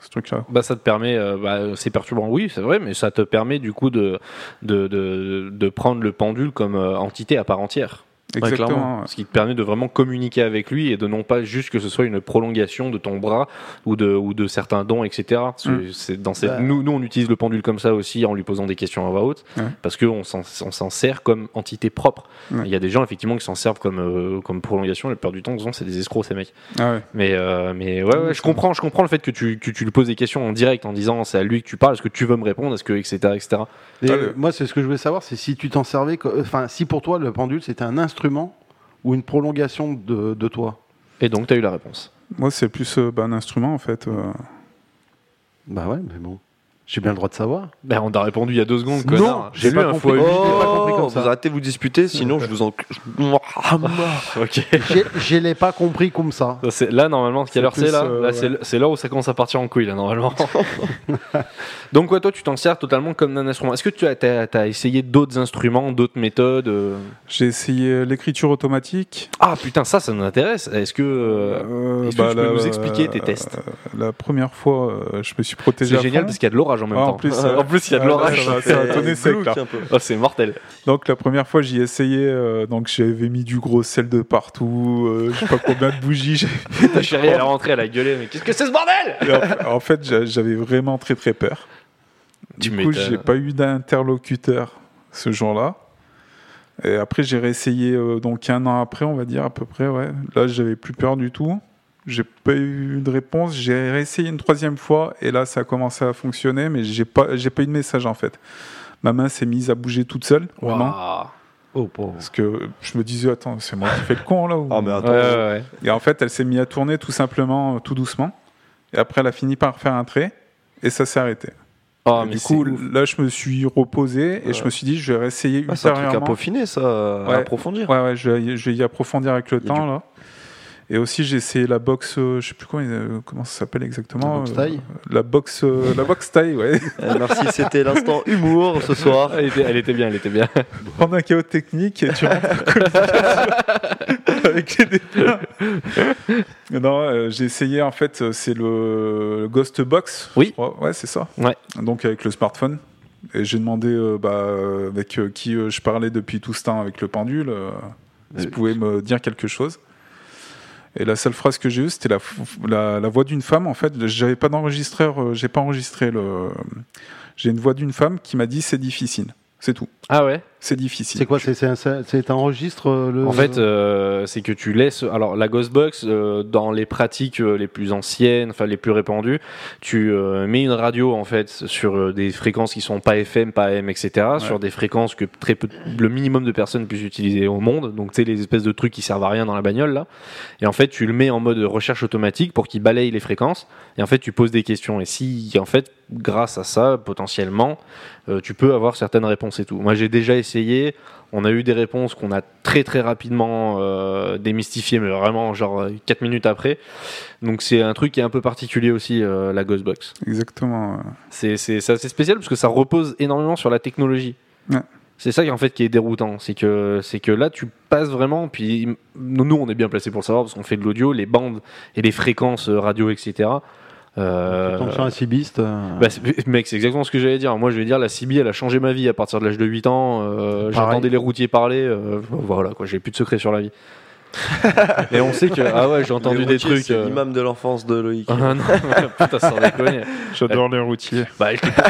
ce truc-là.
Bah, ça te permet, euh, bah, c'est perturbant, oui, c'est vrai, mais ça te permet du coup de, de, de, de prendre le pendule comme euh, entité à part entière.
Exactement.
clairement.
ouais.
Ce qui te permet de vraiment communiquer avec lui et de non pas juste que ce soit une prolongation de ton bras ou de, ou de certains dons, etc. Parce que
Mmh.
c'est dans cette,
Bah.
nous, nous, on utilise le pendule comme ça aussi en lui posant des questions à voix haute
Ouais.
parce qu'on s'en on s'en sert comme entité propre.
Ouais.
Il y a des gens effectivement qui s'en servent comme, euh, comme prolongation. La plupart du temps, disons, c'est des escrocs, ces mecs.
Ah ouais.
Mais, euh, mais ouais, ouais, je
c'est
comprends, je comprends le fait que tu, que tu lui poses des questions en direct en disant c'est à lui que tu parles, est-ce que tu veux me répondre, est-ce que etc etc.
Et,
Ah,
euh,
le-
Moi, c'est ce que je voulais savoir, c'est si tu t'en servais, co- enfin, si pour toi le pendule c'était un instrument ou une prolongation de, de toi.
Et donc t'as eu la réponse.
Moi, c'est plus euh, bah, un instrument, en fait. euh.
Bah ouais, mais bon, j'ai bien le droit de savoir.
Ben on t'a répondu il y a deux secondes.
Non,
connard.
j'ai
J'ai
pas
lu un
compris.
fois
Je l'ai pas compris comme
Oh,
ça.
vous arrêtez de vous disputer, sinon je vous en.
huit. Ok.
J'ai- Je l'ai pas compris comme ça.
Ça, c'est- Là normalement, quelle
C'est
heure c'est
plus,
là
euh,
Là
ouais.
c'est l- c'est l'heure où ça commence à partir en couille là normalement. donc ouais, toi tu t'en sers totalement comme d'un instrument. Est-ce que tu as, t'as- t'as essayé d'autres instruments, d'autres méthodes euh
J'ai essayé l'écriture automatique.
Ah putain ça ça nous intéresse. Est-ce que euh,
Euh,
est-ce que tu peux
la-
nous expliquer tes tests
La première fois, euh, je me suis protégé.
c'est
à
génial
fond.
parce qu'il y a de l'orage en même
Ah, en
temps.
plus,
en plus il y a de
ah, là,
l'orage.
ça va, ça va tonner sec, là.
Oh, c'est mortel.
Donc la première fois j'y essayais, euh, donc j'avais mis du gros sel de partout, euh, je sais pas combien de bougies. j'ai-
Ta chérie, elle est rentrée, elle a gueulé, mais qu'est-ce que c'est ce bordel
Et en, en fait j'a- j'avais vraiment très très peur.
Tu
Du coup
m'étonnes.
j'ai pas eu d'interlocuteur ce jour-là. Et après j'ai réessayé euh, donc un an après on va dire à peu près ouais. Là j'avais plus peur du tout. J'ai pas eu de réponse. J'ai réessayé une troisième fois et là ça a commencé à fonctionner mais j'ai pas j'ai pas eu de message en fait. Ma main s'est mise à bouger toute seule vraiment
Waouh.
Oh pauvre.
parce que je me disais attends c'est moi qui fais le con là ou
Ah, mais
Ouais,
attends.
ouais, ouais.
Et en fait, elle s'est mise à tourner tout simplement, euh, tout doucement. Et après, elle a fini par faire un trait. Et ça s'est arrêté.
Oh,
Ah,
Et
mais
du
c'est
coup,
ouf.
là, je me suis reposé et je
Ouais.
me suis dit, je vais réessayer
Euh, Ah, c'est un truc à
ultérieurement.
peaufiner, ça, à
Ouais.
approfondir.
Ouais, ouais, je vais, je vais y approfondir avec le
y a
temps,
du-
là. Et aussi, j'ai essayé la boxe, euh, je sais plus comment, euh, comment ça s'appelle exactement.
La boxe
euh,
taille
La boxe, euh, la boxe taille, ouais.
Eh, merci, c'était l'instant humour ce soir.
Ah, Elle était, elle était bien, elle était bien.
Prendre un chaos technique et tu rentres en communication avec les défunts. Non, euh, j'ai essayé, en fait, euh, c'est le, le Ghost Box.
Oui.
je crois. Ouais, c'est ça.
Ouais.
Donc avec le smartphone. Et j'ai demandé euh, bah, euh, avec euh, qui euh, je parlais depuis tout ce temps avec le pendule, euh,
Euh,
s'il pouvait me dire quelque chose. Et la seule phrase que j'ai eue, c'était la, f- la, la voix d'une femme. En fait, j'avais pas d'enregistreur, euh, j'ai pas enregistré le. J'ai une voix d'une femme qui m'a dit c'est difficile. C'est tout.
Ah ouais
C'est difficile.
C'est quoi C'est c'est un, c'est un registre euh, le.
En fait, euh, c'est que tu laisses. Alors, la Ghost Box, euh, dans les pratiques euh, les plus anciennes, enfin les plus répandues, tu euh, mets une radio en fait sur euh, des fréquences qui sont pas FM, pas AM, etc. Sur des fréquences que très peu, le minimum de personnes puissent utiliser au monde. Donc, tu sais, les espèces de trucs qui servent à rien dans la bagnole là. Et en fait, tu le mets en mode recherche automatique pour qu'il balaye les fréquences. Et en fait, tu poses des questions. Et si, en fait, grâce à ça, potentiellement, euh, tu peux avoir certaines réponses et tout. Moi, j'ai déjà essayé. On a eu des réponses qu'on a très très rapidement euh, démystifiées, mais vraiment genre 4 minutes après. Donc c'est un truc qui est un peu particulier aussi, euh, la Ghost Box.
Exactement. ouais.
C'est c'est- c'est assez spécial parce que ça repose énormément sur la technologie.
Ouais.
C'est ça qui en fait qui est déroutant, c'est que c'est que là tu passes vraiment. Puis nous, nous, on est bien placé pour le savoir parce qu'on fait de l'audio, les bandes et les fréquences euh, radio, etc. Euh,
Tu tombes sur un cibiste. euh,
bah, c'est- mec, c'est exactement ce que j'allais dire. Moi, je vais dire, la CB, elle a changé ma vie à partir de l'âge de 8 ans. euh,
Pareil.
J'entendais les routiers parler. euh, voilà, quoi, j'ai plus de secret sur la vie. Et on sait que. Ah ouais, j'ai entendu
Les
des
routiers,
trucs.
C'est
euh,
l'imam de l'enfance de Loïc.
Ah non, putain, sans déconner.
J'adore les routiers.
Bah, je l'ai pour-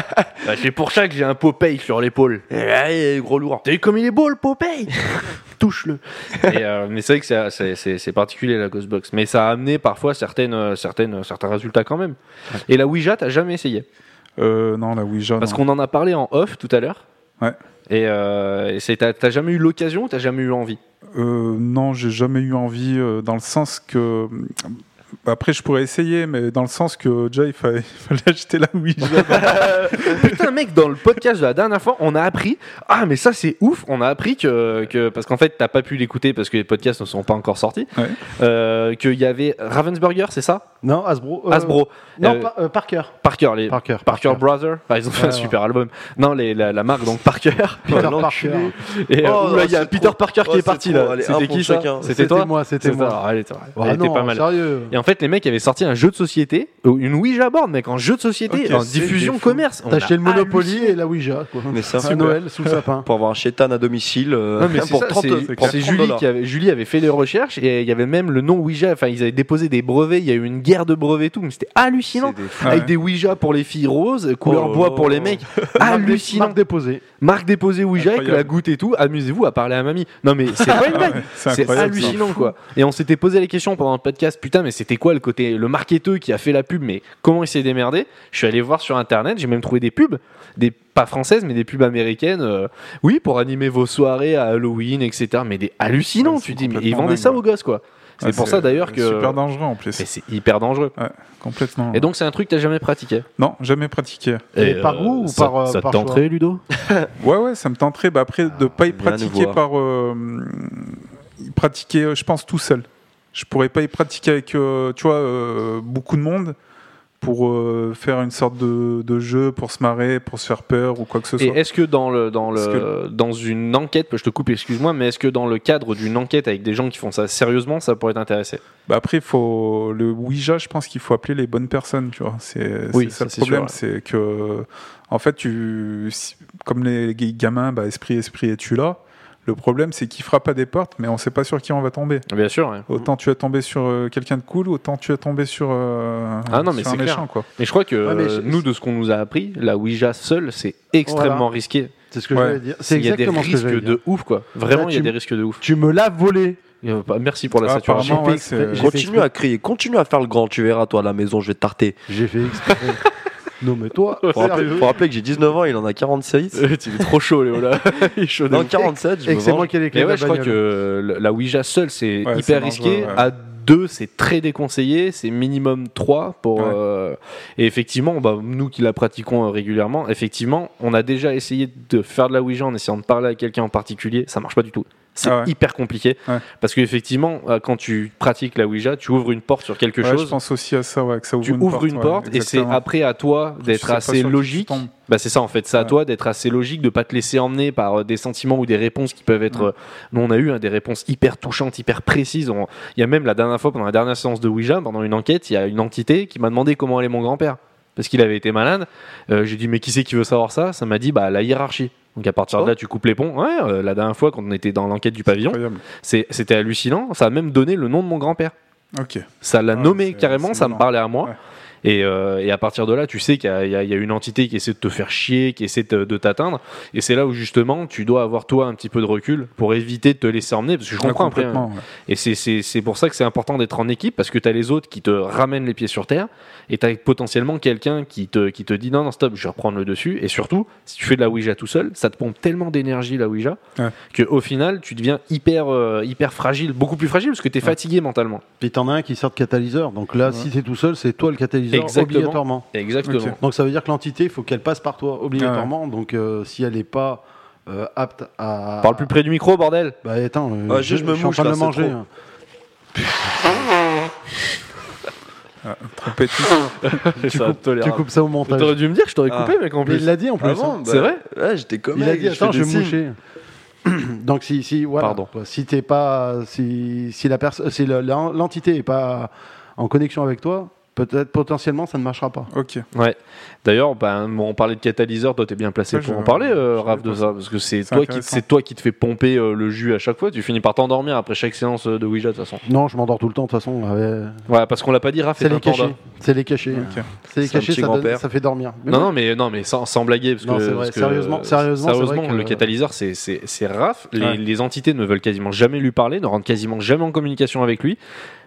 bah, je l'ai pour ça que j'ai un Popeye sur l'épaule.
Eh, eh, gros lourd.
T'as vu comme il est beau le Popeye Touche-le. Et, euh, mais c'est vrai que c'est- c'est- c'est c'est particulier la Ghostbox. Mais ça a amené parfois certaines, euh, certaines, euh, certains résultats quand même. Et la Ouija, t'as jamais essayé.
Euh, non, la Ouija.
Parce
non.
qu'on en a parlé en off tout à l'heure.
Ouais.
Et, euh, et c'est- t'as t'as jamais eu l'occasion ou t'as jamais eu envie
Euh, non, j'ai jamais eu envie, euh, dans le sens que Après, je pourrais essayer, mais dans le sens que déjà, il fallait, il fallait acheter la Ouija.
Putain, mec, dans le podcast de la dernière fois, on a appris. Ah, mais ça, c'est ouf. On a appris que. que- parce qu'en fait, t'as pas pu l'écouter parce que les podcasts ne sont pas encore sortis.
Ouais.
Euh, Qu'il y avait Ravensburger, c'est ça
Non, Hasbro. euh,
Hasbro.
Non,
Euh,
par- euh, Parker.
Parker, les.
Parker.
Parker Brothers, Enfin, ils ont fait
Ouais,
un
ouais.
super album. Non, les- la, la marque donc Parker.
Peter
Oh, l'enculé.
Parker.
Et euh,
Oh,
oula, il y a
c'est
Peter
trop.
Parker
Oh,
qui est
c'est
parti
trop.
là.
Allez,
C'était
un pour
qui ça
chacun.
C'était toi
moi, c'était
C'est ça.
moi.
Ah, elle était, elle
Ah
était
non,
pas mal.
Sérieux.
Et en fait, les mecs avaient sorti un jeu de société, euh, une Ouija board, mec, en jeu de société,
Ok,
en
c'est
diffusion
des fous.
commerce. On
T'as acheté
a Ah,
le Monopoly
halluciné.
et la Ouija. Quoi.
Mais ça,
C'est
super.
Noël sous le sapin.
Pour avoir un chétan à domicile, euh,
Non, mais c'est
pour
ça,
30
c'est-
pour 30
c'est Julie
dollars.
qui avait Julie avait fait les recherches et il y avait même le nom Ouija. Enfin, ils avaient déposé des brevets. Il y a eu une guerre de brevets et tout, mais c'était hallucinant.
C'est des fous.
Ah
Avec
ouais.
des Ouija pour les filles roses, couleur
Oh.
bois pour les mecs.
Marque dé-
hallucinant.
Marque déposée.
Marc déposé Ouija avec
Incroyable.
la goutte et tout. Amusez-vous à parler à mamie. Non mais c'est pas une blague.
ouais, c'est
C'est
incroyable, ça.
hallucinant quoi. Et on s'était posé la question pendant le podcast, putain mais c'était quoi le côté le marketeur qui a fait la pub mais comment il s'est démerdé Je suis allé voir sur internet, j'ai même trouvé des pubs, des pas françaises mais des pubs américaines euh, oui pour animer vos soirées à Halloween etc. mais des hallucinants,
Ouais,
tu
c'est
dis mais ils
complètement
vendaient ça
dingue,
aux gosses quoi. C'est
Ah,
pour ça d'ailleurs que
Super dangereux en plus.
mais c'est hyper dangereux.
Complètement.
Et donc c'est un truc que t'as jamais pratiqué
non, jamais pratiqué.
Et par goût ou
ça-
par, euh,
ça te
par
tenterait, Ludo
Ouais, ouais, ça me tenterait. Bah, après, de pas y
viens nous
pratiquer
voir.
par. euh, y pratiquer, euh, je pense, tout seul. Je pourrais pas y pratiquer avec, euh, tu vois, euh, beaucoup de monde pour euh, faire une sorte de, de jeu, pour se marrer, pour se faire peur ou quoi que ce
Et
soit.
est-ce que dans le dans
Parce
le dans une enquête, je te coupe, excuse-moi, mais est-ce que dans le cadre d'une enquête avec des gens qui font ça sérieusement, ça pourrait t'intéresser
Bah, après, faut le Ouija, je pense qu'il faut appeler les bonnes personnes, tu vois. C'est c'est
Oui, ça,
ça le
c'est
problème,
sûr,
c'est que en fait, tu si- comme les g- gamins, bah, esprit, esprit, es-tu là Le problème, c'est qu'ils frappent à des portes, mais on sait pas sur qui on va tomber.
Bien sûr.
Autant tu es tombé sur euh, quelqu'un de cool, autant tu es tombé sur, euh,
Ah non, mais
sur un
c'est clair.
méchant. Quoi.
Mais je crois que
Ouais, mais
euh,
c'est-
nous, de ce qu'on nous a appris, la Ouija seule, c'est extrêmement
Voilà.
risqué.
C'est ce que
Ouais.
je voulais dire. C'est
il y a des
exactement ce que
risques
j'allais dire.
de ouf, quoi. Vraiment,
Là,
il y a
tu-
des risques de ouf.
Tu me l'as volé.
Euh, bah, Merci pour la
Ah,
saturation.
apparemment,
J'ai
ouais,
fait exprès.
c'est-
J'ai- fait
euh, Continue à crier, continue à faire le grand, tu verras, toi, à la maison, je vais te tarter.
J'ai fait exprès. non mais toi,
Faut rappeler,
sérieux.
faut rappeler que j'ai 19 ans, il en a 46.
Euh, Il est trop chaud, Léo, là. Il est chaud de
Non,
ouf.
47, je
et
me
que c'est
venge.
moi qui ai les clés
Mais
de
ouais,
la
je crois que
bagnole.
euh, la- la Ouija seule, c'est
Ouais, c'est
hyper
dangereux,
risqué.
ouais.
À deux, c'est très déconseillé. C'est minimum trois pour.
Ouais.
euh, et effectivement, bah, nous qui la pratiquons euh, régulièrement, effectivement, on a déjà essayé de faire de la Ouija en essayant de parler à quelqu'un en particulier. Ça marche pas du tout. C'est
Ah ouais.
hyper compliqué.
Ouais.
Parce qu'effectivement, euh, quand tu pratiques la Ouija, tu ouvres une porte sur quelque
Ouais,
chose
Je pense aussi à ça, ouais, que ça ouvre
tu
une
ouvres
porte,
une
ouais,
porte et c'est
exactement.
après à toi
sais
d'être
pas
assez
sur qui tu
logique.
tombes.
Bah c'est ça en fait, c'est à
Ouais.
toi d'être assez logique, de pas te laisser emmener par euh, des sentiments ou des réponses qui peuvent être.
Ouais.
euh, Nous on a eu hein, des réponses hyper touchantes, hyper précises. On- Il y a même la dernière fois pendant la dernière séance de Ouija, pendant une enquête, il y a une entité qui m'a demandé comment allait mon grand-père parce qu'il avait été malade. Euh, J'ai dit mais qui c'est qui veut savoir ça Ça m'a dit bah la hiérarchie. Donc à partir de
Oh.
là tu coupes les ponts. Ouais, euh, la dernière fois quand on était dans l'enquête du pavillon,
Incroyable.
c'est- c'était hallucinant. Ça a même donné le nom de mon grand-père.
Ok.
Ça l'a
Ouais,
nommé
c'est-
carrément,
c'est
ça me
violent.
parlait à moi.
Ouais.
Et, euh, et à partir de là, tu sais qu'il y, a- il y a il y a une entité qui essaie de te faire chier, qui essaie de, de t'atteindre. Et c'est là où justement, tu dois avoir toi un petit peu de recul pour éviter de te laisser emmener. Parce que je
Ouais,
comprends après, hein.
complètement. ouais.
Et c'est- c'est c'est pour ça que c'est important d'être en équipe, parce que tu as les autres qui te ramènent les pieds sur terre, et tu as potentiellement quelqu'un qui te, qui te dit non, non, stop, je vais reprendre le dessus. Et surtout, si tu fais de la Ouija tout seul, ça te pompe tellement d'énergie, la Ouija,
Ouais.
que qu'au final, tu deviens hyper, euh, hyper fragile, beaucoup plus fragile, parce que tu es fatigué mentalement.
Puis t'en as un qui sort de catalyseur. Donc là,
Ouais.
si t'es tout seul, c'est toi le catalyseur
Exactement.
obligatoirement.
Exactement.
Ok.
Donc ça veut dire que l'entité, il faut qu'elle passe par toi obligatoirement. Donc euh, si elle n'est pas euh, apte à.
Ah. Parle plus près du micro, bordel.
Bah attends, euh,
Ouais, je- je me
suis en
mouche,
train de
là,
le
c'est
manger.
trop.
hein.
Ah, trop pété.
Tu, coupes, tu coupes ça au montage.
T'aurais dû me dire, je t'aurais coupé,
Ah.
mec, en
Mais il
plus.
l'a dit en plus.
Ah bon,
hein.
bah,
C'est vrai
Ouais, j'étais comme
il a
elle,
dit
je fais
attends, je
des
vais me
signes.
moucher. Donc si si voilà,
Pardon.
quoi. si t'es pas si si la personne si le- l'en- l'entité est pas en connexion avec toi, peut-être potentiellement ça ne marchera pas.
Ok.
Ouais. D'ailleurs, ben, bon, on parlait de catalyseur, toi t'es bien placé
Ouais,
pour
je-
en parler, euh,
je sais
Raph,
pas
de ça, parce que c'est
C'est
toi, qui,
intéressant.
c'est toi qui te fais pomper euh, le jus à chaque fois. Tu finis par t'endormir après chaque séance euh, de Ouija, de toute façon.
Non, je m'endors tout le temps de toute façon. euh,
Ouais, parce qu'on l'a pas dit, Raph,
c'est
t'es Ah, un
les
panda.
cachets, c'est les cachets,
Ok.
hein. c'est les
C'est un
cachets,
petit
ça, donne-
grand-père.
ça fait dormir. Mais
Non,
bon,
non, mais, non, mais sans, sans blaguer. Parce
Non,
que,
c'est vrai.
parce que,
Sérieusement-
euh,
sérieusement, c'est vrai que-
le catalyseur, c'est- c'est c'est raf. Les,
Ouais.
les entités ne veulent quasiment jamais lui parler, ne rentrent quasiment jamais en communication avec lui.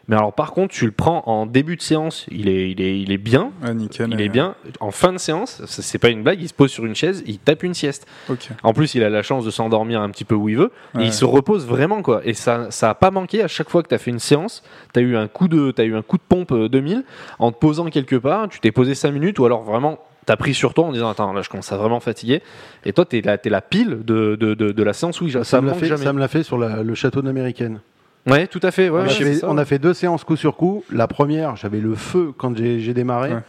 Mais alors, par contre, tu le prends en début de séance, il est, il est, il est bien.
Ah, nickel.
Il
euh,
est bien. En fin de séance, ça, c'est pas une blague, il se pose sur une chaise, il tape une sieste.
Ok.
En plus, il a la chance de s'endormir un petit peu où il veut. Et
Ouais.
il se repose vraiment, quoi. Et ça, ça a pas manqué à chaque fois que t'as fait une séance. T'as eu un coup de, t'as eu un coup de pompe euh, 2000 en te posant quelque part. Tu t'es posé 5 minutes ou alors vraiment. T'as pris sur toi en disant attends là je commence à vraiment fatiguer et toi t'es la, t'es la pile de, de, de, de la séance où
Ça,
ça
me l'a
manque
fait,
jamais.
ça me l'a fait sur la- le château d'Américaine.
Ouais tout à fait ouais,
on, a
ouais,
fait,
c'est ça,
on
ouais.
a fait deux séances coup sur coup. La première, j'avais le feu quand j'ai j'ai démarré.
Ouais.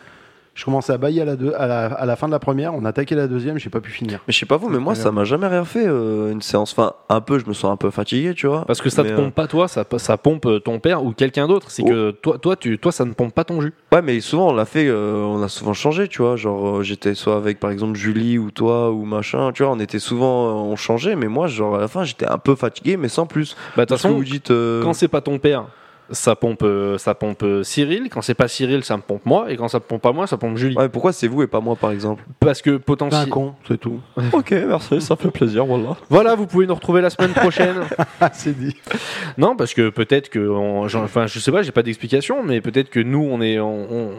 Je commençais à bailler à la, deux- à, la, à la fin de la première. On attaquait la deuxième, j'ai pas pu finir.
Mais je sais pas vous, mais moi ça m'a jamais rien fait euh, une séance. Enfin, un peu, je me sens un peu fatigué, tu vois.
parce que ça
Mais,
te
euh,
pompe pas toi ça, ça pompe euh, ton père ou quelqu'un d'autre c'est
Oh.
que toi toi tu toi ça ne pompe pas ton jus
Ouais, mais souvent on l'a fait, euh, on a souvent changé, tu vois. Genre, euh, j'étais soit avec par exemple Julie ou toi ou machin, tu vois. On était souvent, euh, on changeait, mais moi, genre à la fin, j'étais un peu fatigué, mais sans plus.
bah de toute
Parce que
façon
vous dites. euh,
quand c'est pas ton père, ça pompe, euh, ça pompe euh, Cyril. Quand c'est pas Cyril, ça me pompe moi. Et quand ça me pompe pas moi, ça pompe Julie.
Ouais, pourquoi c'est vous et pas moi par exemple
Parce que
T'es un
potentiellement.
Ben, con, c'est tout.
Ok, merci, ça fait plaisir, voilà.
Voilà, vous pouvez nous retrouver la semaine prochaine.
Ah, c'est dit.
non, parce que peut-être que, on- j'en- enfin, je sais pas, j'ai pas d'explication, mais peut-être que nous, on est, on, on-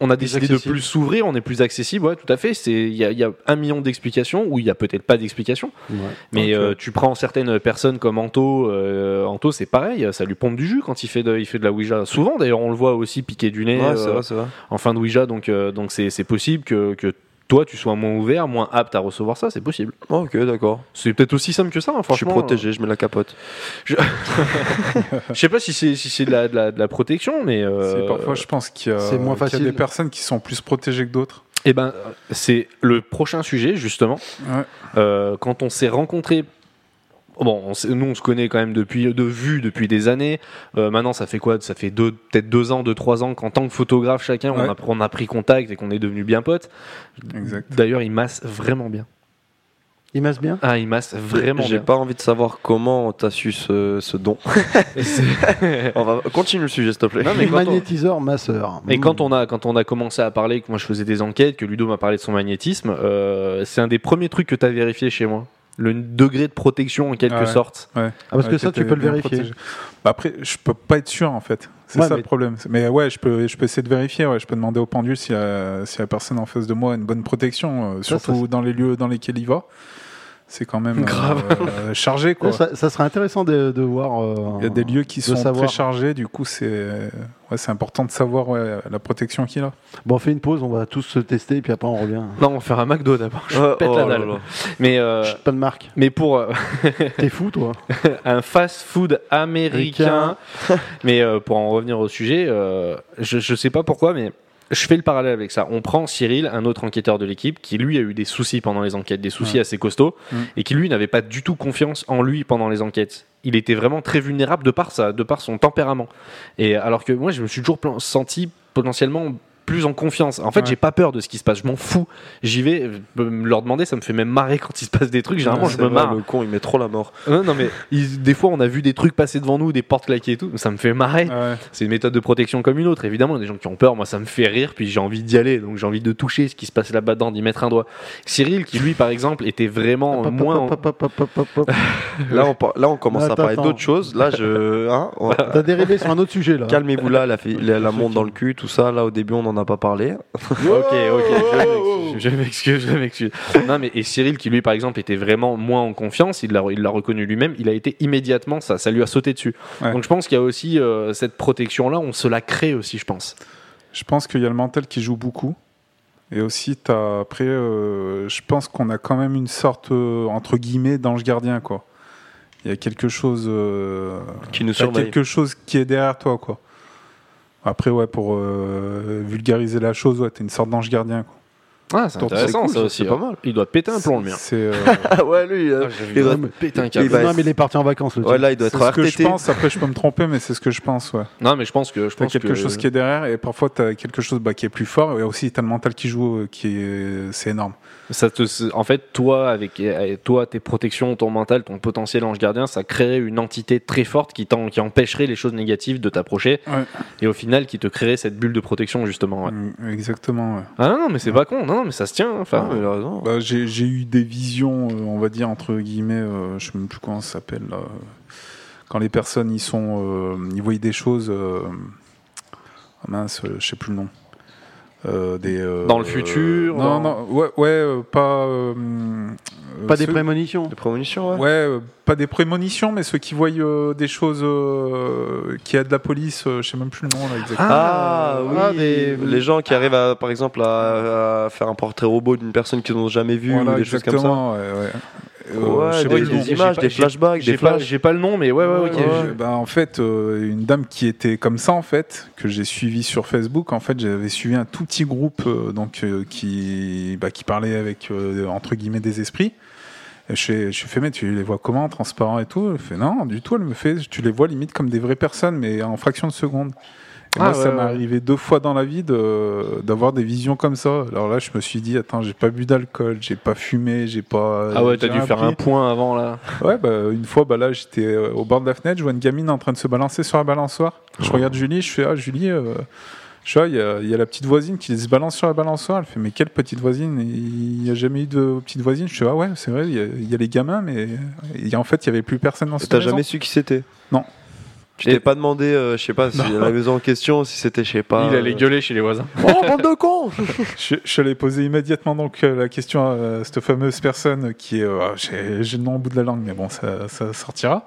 on a
Plus
décidé de
accessible.
plus s'ouvrir, on est plus accessible. Ouais, tout à fait. C'est, il y, a- il y a un million d'explications ou il y a peut-être pas d'explications. Mais
Ok.
euh, tu prends certaines personnes comme Anto, euh, Anto c'est pareil, ça lui pompe du jus quand il fait de, il fait de la Ouija. Souvent d'ailleurs on le voit aussi piquer du nez.
Ouais, c'est
euh,
vrai, c'est vrai.
en fin de Ouija, donc euh, donc c'est c'est possible que, que toi tu sois moins ouvert, moins apte à recevoir ça, c'est possible.
Ok, d'accord.
C'est peut-être aussi simple que ça, hein,
Je suis
franchement.
protégé, je mets la capote.
Euh, Je sais pas si c'est si c'est de, la, de la- de la protection, mais euh,
C'est- Parfois, je pense qu'il y, a-
c'est moins
qu'il y
facile.
a des personnes qui sont plus protégées que d'autres.
eh ben c'est le prochain sujet justement.
Ouais.
Euh, quand on s'est rencontrés. Bon, on s'est- nous on se connaît quand même depuis de vue depuis des années. Euh, maintenant, ça fait quoi Ça fait deux, peut-être deux ans, deux trois ans qu'en tant que photographe chacun, on,
Ouais.
a, on a pris contact et qu'on est devenu bien potes.
Exact.
D'ailleurs, il masse vraiment bien.
Il masse bien
Ah, il masse vraiment
J'ai
bien.
pas envie de savoir comment t'as su ce, ce don.
Et c'est-
On va continue le sujet, s'il te plaît.
Non, mais
Le
quand on-
Magnétiseur, Mm. ma sœur.
Et quand
Mm.
on, a, quand on a commencé à parler, que moi je faisais des enquêtes, que Ludo m'a parlé de son magnétisme, euh, c'est un des premiers trucs que tu as vérifié chez moi. Le degré de protection en quelque
Ah ouais.
sorte.
Ah, parce
Ouais,
que ça,
t'étais
tu peux le
bien
vérifier.
protégé. Bah après, je peux pas être sûr en fait. C'est
Ouais,
ça
mais-
le problème. Mais ouais, je peux, je peux essayer de vérifier. ouais. Je peux demander au pendu si la, si la personne en face de moi a une bonne protection, euh,
Ça,
surtout dans les lieux dans lesquels il va. C'est quand même euh, euh, chargé quoi.
Ouais, ça, ça serait intéressant de, de voir. euh,
Il y a des lieux qui
de
sont
savoir.
très chargés, du coup c'est ouais, c'est important de savoir ouais, la protection qu'il a.
Bon, on fait une pause, on va tous se tester, puis après on revient.
Non, on va faire un McDo d'abord. Je
Oh,
pète la
oh là
dalle.
là.
Mais, euh,
Chut, Pas de marque.
mais pour euh,
T'es fou, toi
un fast-food américain, mais euh, pour en revenir au sujet, euh, je, je sais pas pourquoi, mais je fais le parallèle avec ça. On prend Cyril, un autre enquêteur de l'équipe, qui lui a eu des soucis pendant les enquêtes, des soucis
Ouais.
assez costauds,
Mm.
et qui lui n'avait pas du tout confiance en lui pendant les enquêtes. Il était vraiment très vulnérable de par ça, de par son tempérament. Et alors que moi, je me suis toujours plan- senti potentiellement plus en confiance. En fait,
Ouais.
j'ai pas peur de ce qui se passe. Je m'en fous. J'y vais. euh, me Leur demander, ça me fait même marrer quand il se passe des trucs. Généralement,
Ouais,
je
c'est
me
vrai,
marre.
Le con, il met trop la mort.
Non, non, mais ils- des fois, on a vu des trucs passer devant nous, des portes claquées et tout. Ça me fait marrer.
Ouais.
C'est une méthode de protection comme une autre. Évidemment, il y a des gens qui ont peur. Moi, ça me fait rire. Puis j'ai envie d'y aller. Donc j'ai envie de toucher ce qui se passe là-bas dedans, d'y mettre un doigt. Cyril, qui lui, par exemple, était vraiment
Hop, hop,
moins. en-
hop, hop, hop, hop, hop, hop.
Là, on, par- là, on commence
Attends,
à parler
attends.
d'autres choses. Là, je. hein, on-
T'as dérivé sur un autre sujet, là.
Calmez-vous là, la, fi- la, la montre dans le cul, tout ça. Là, au début, on n'en a pas parlé.
Ok, ok, je m'excuse, je m'excuse, je m'excuse. Non, mais et Cyril, qui lui, par exemple, était vraiment moins en confiance, il l'a il l'a reconnu lui-même, il a été immédiatement, ça, ça lui a sauté dessus.
Ouais.
Donc je pense qu'il y a aussi euh, cette protection-là, on se la crée aussi, je pense.
Je pense qu'il y a le mental qui joue beaucoup. Et aussi, t'as- après, euh, je pense qu'on a quand même une sorte, euh, entre guillemets, d'ange gardien, quoi. Il y a quelque chose, euh,
Qui nous
t'as
surveille.
quelque chose qui est derrière toi, quoi. Après, ouais, pour euh, vulgariser la chose, ouais, t'es une sorte d'ange gardien, quoi.
Ah, c'est
Donc, c'est
intéressant
cool,
ça
ça,
aussi.
c'est pas
hein.
mal.
Il doit péter un plomb le mien.
C'est euh,
Ah ouais, lui. euh, il doit-
Non, mais-
Péter un
câble.
câble.
va-
Non, mais il est parti en vacances, le
ouais,
type.
là, il doit
c'est
être
ce que je
RTT.
pense. Après, je peux me tromper, mais c'est ce que je pense, ouais.
Non, mais je pense que je
T'as
pense
quelque
que-
chose qui est derrière, et parfois t'as quelque chose bah, qui est plus fort, et aussi t'as le mental qui joue, euh, qui est, c'est énorme.
ça te, c'est- en fait, toi avec euh, toi tes protections, ton mental, ton potentiel ange gardien, ça créerait une entité très forte qui t'en- qui empêcherait les choses négatives de t'approcher
Ouais.
et au final qui te créerait cette bulle de protection justement. ouais.
Mm, Exactement. ouais.
Ah non, non, mais c'est pas con. Non, non, mais ça se tient. hein,
Ah,
Enfin,
mais il a raison.
Bah, j'ai, euh, j'ai eu des visions, euh, on va dire, entre guillemets, euh, je sais même plus comment ça s'appelle. là. quand les personnes y sont, euh, y voient des choses. euh, ah mince, euh, je sais plus le nom. Euh, des, euh,
Dans le futur,
Non,
dans-
non, ouais, ouais euh, pas. euh,
Pas
euh,
des
ceux-
prémonitions.
Les prémonitions, ouais.
Ouais, euh, pas des prémonitions, mais ceux qui voient euh, des choses euh, qui aident la police, euh, je sais même plus le nom là exactement.
Ah, oui,
ah, des-
les gens qui arrivent à, par exemple à, à faire un portrait robot d'une personne qu'ils n'ont jamais vue
Voilà,
ou des choses comme ça.
exactement, ouais, ouais. Euh,
Ouais,
je sais
des,
plus le
des
nom.
j'ai
images,
pas-
des
j'ai-
flashbacks,
J'ai
des
pas,
flashs.
j'ai pas le nom, mais ouais, ouais, ok.
ouais.
Je- bah, en fait, euh, une dame qui était comme ça, en fait, que j'ai suivie sur Facebook, en fait, j'avais suivi un tout petit groupe euh, donc, euh, qui, bah, qui parlait avec, euh, entre guillemets, des esprits. Et je fais- je suis fait, mais tu les vois comment, transparents et tout Elle fait, non, du tout, elle me fait, tu les vois limite comme des vraies personnes, mais en fraction de seconde. Et
Ah,
moi, ça
ouais,
m'est
ouais.
arrivé deux fois dans la vie de- d'avoir des visions comme ça. Alors là, je me suis dit, attends, j'ai pas bu d'alcool, j'ai pas fumé, j'ai pas.
Ah ouais, t'as
j'ai
dû
rien
faire
pris.
un point avant là.
Ouais, bah, une fois, bah, là, j'étais euh, au bord de la fenêtre, je vois une gamine en train de se balancer sur la balançoire.
Oh.
Je regarde Julie, je fais Ah, Julie, euh, je fais, Ah, il y, a- il y a la petite voisine qui se balance sur la balançoire. Elle fait Mais quelle petite voisine Il n'y a jamais eu de petite voisine. Je fais Ah, ouais, c'est vrai, il y, a- il y a les gamins, mais il y a- en fait, il n'y avait plus personne dans cette
T'as
maison.
jamais su qui c'était
Non.
Tu t'es pas demandé, euh, je sais pas, si la maison en question, si c'était, je sais pas.
Il allait
euh,
gueuler chez les voisins.
Oh, bande de cons
Je, je l'ai posé immédiatement donc euh, la question à cette fameuse personne qui est. euh, ah, J'ai j'ai le nom au bout de la langue, mais bon, ça, ça sortira.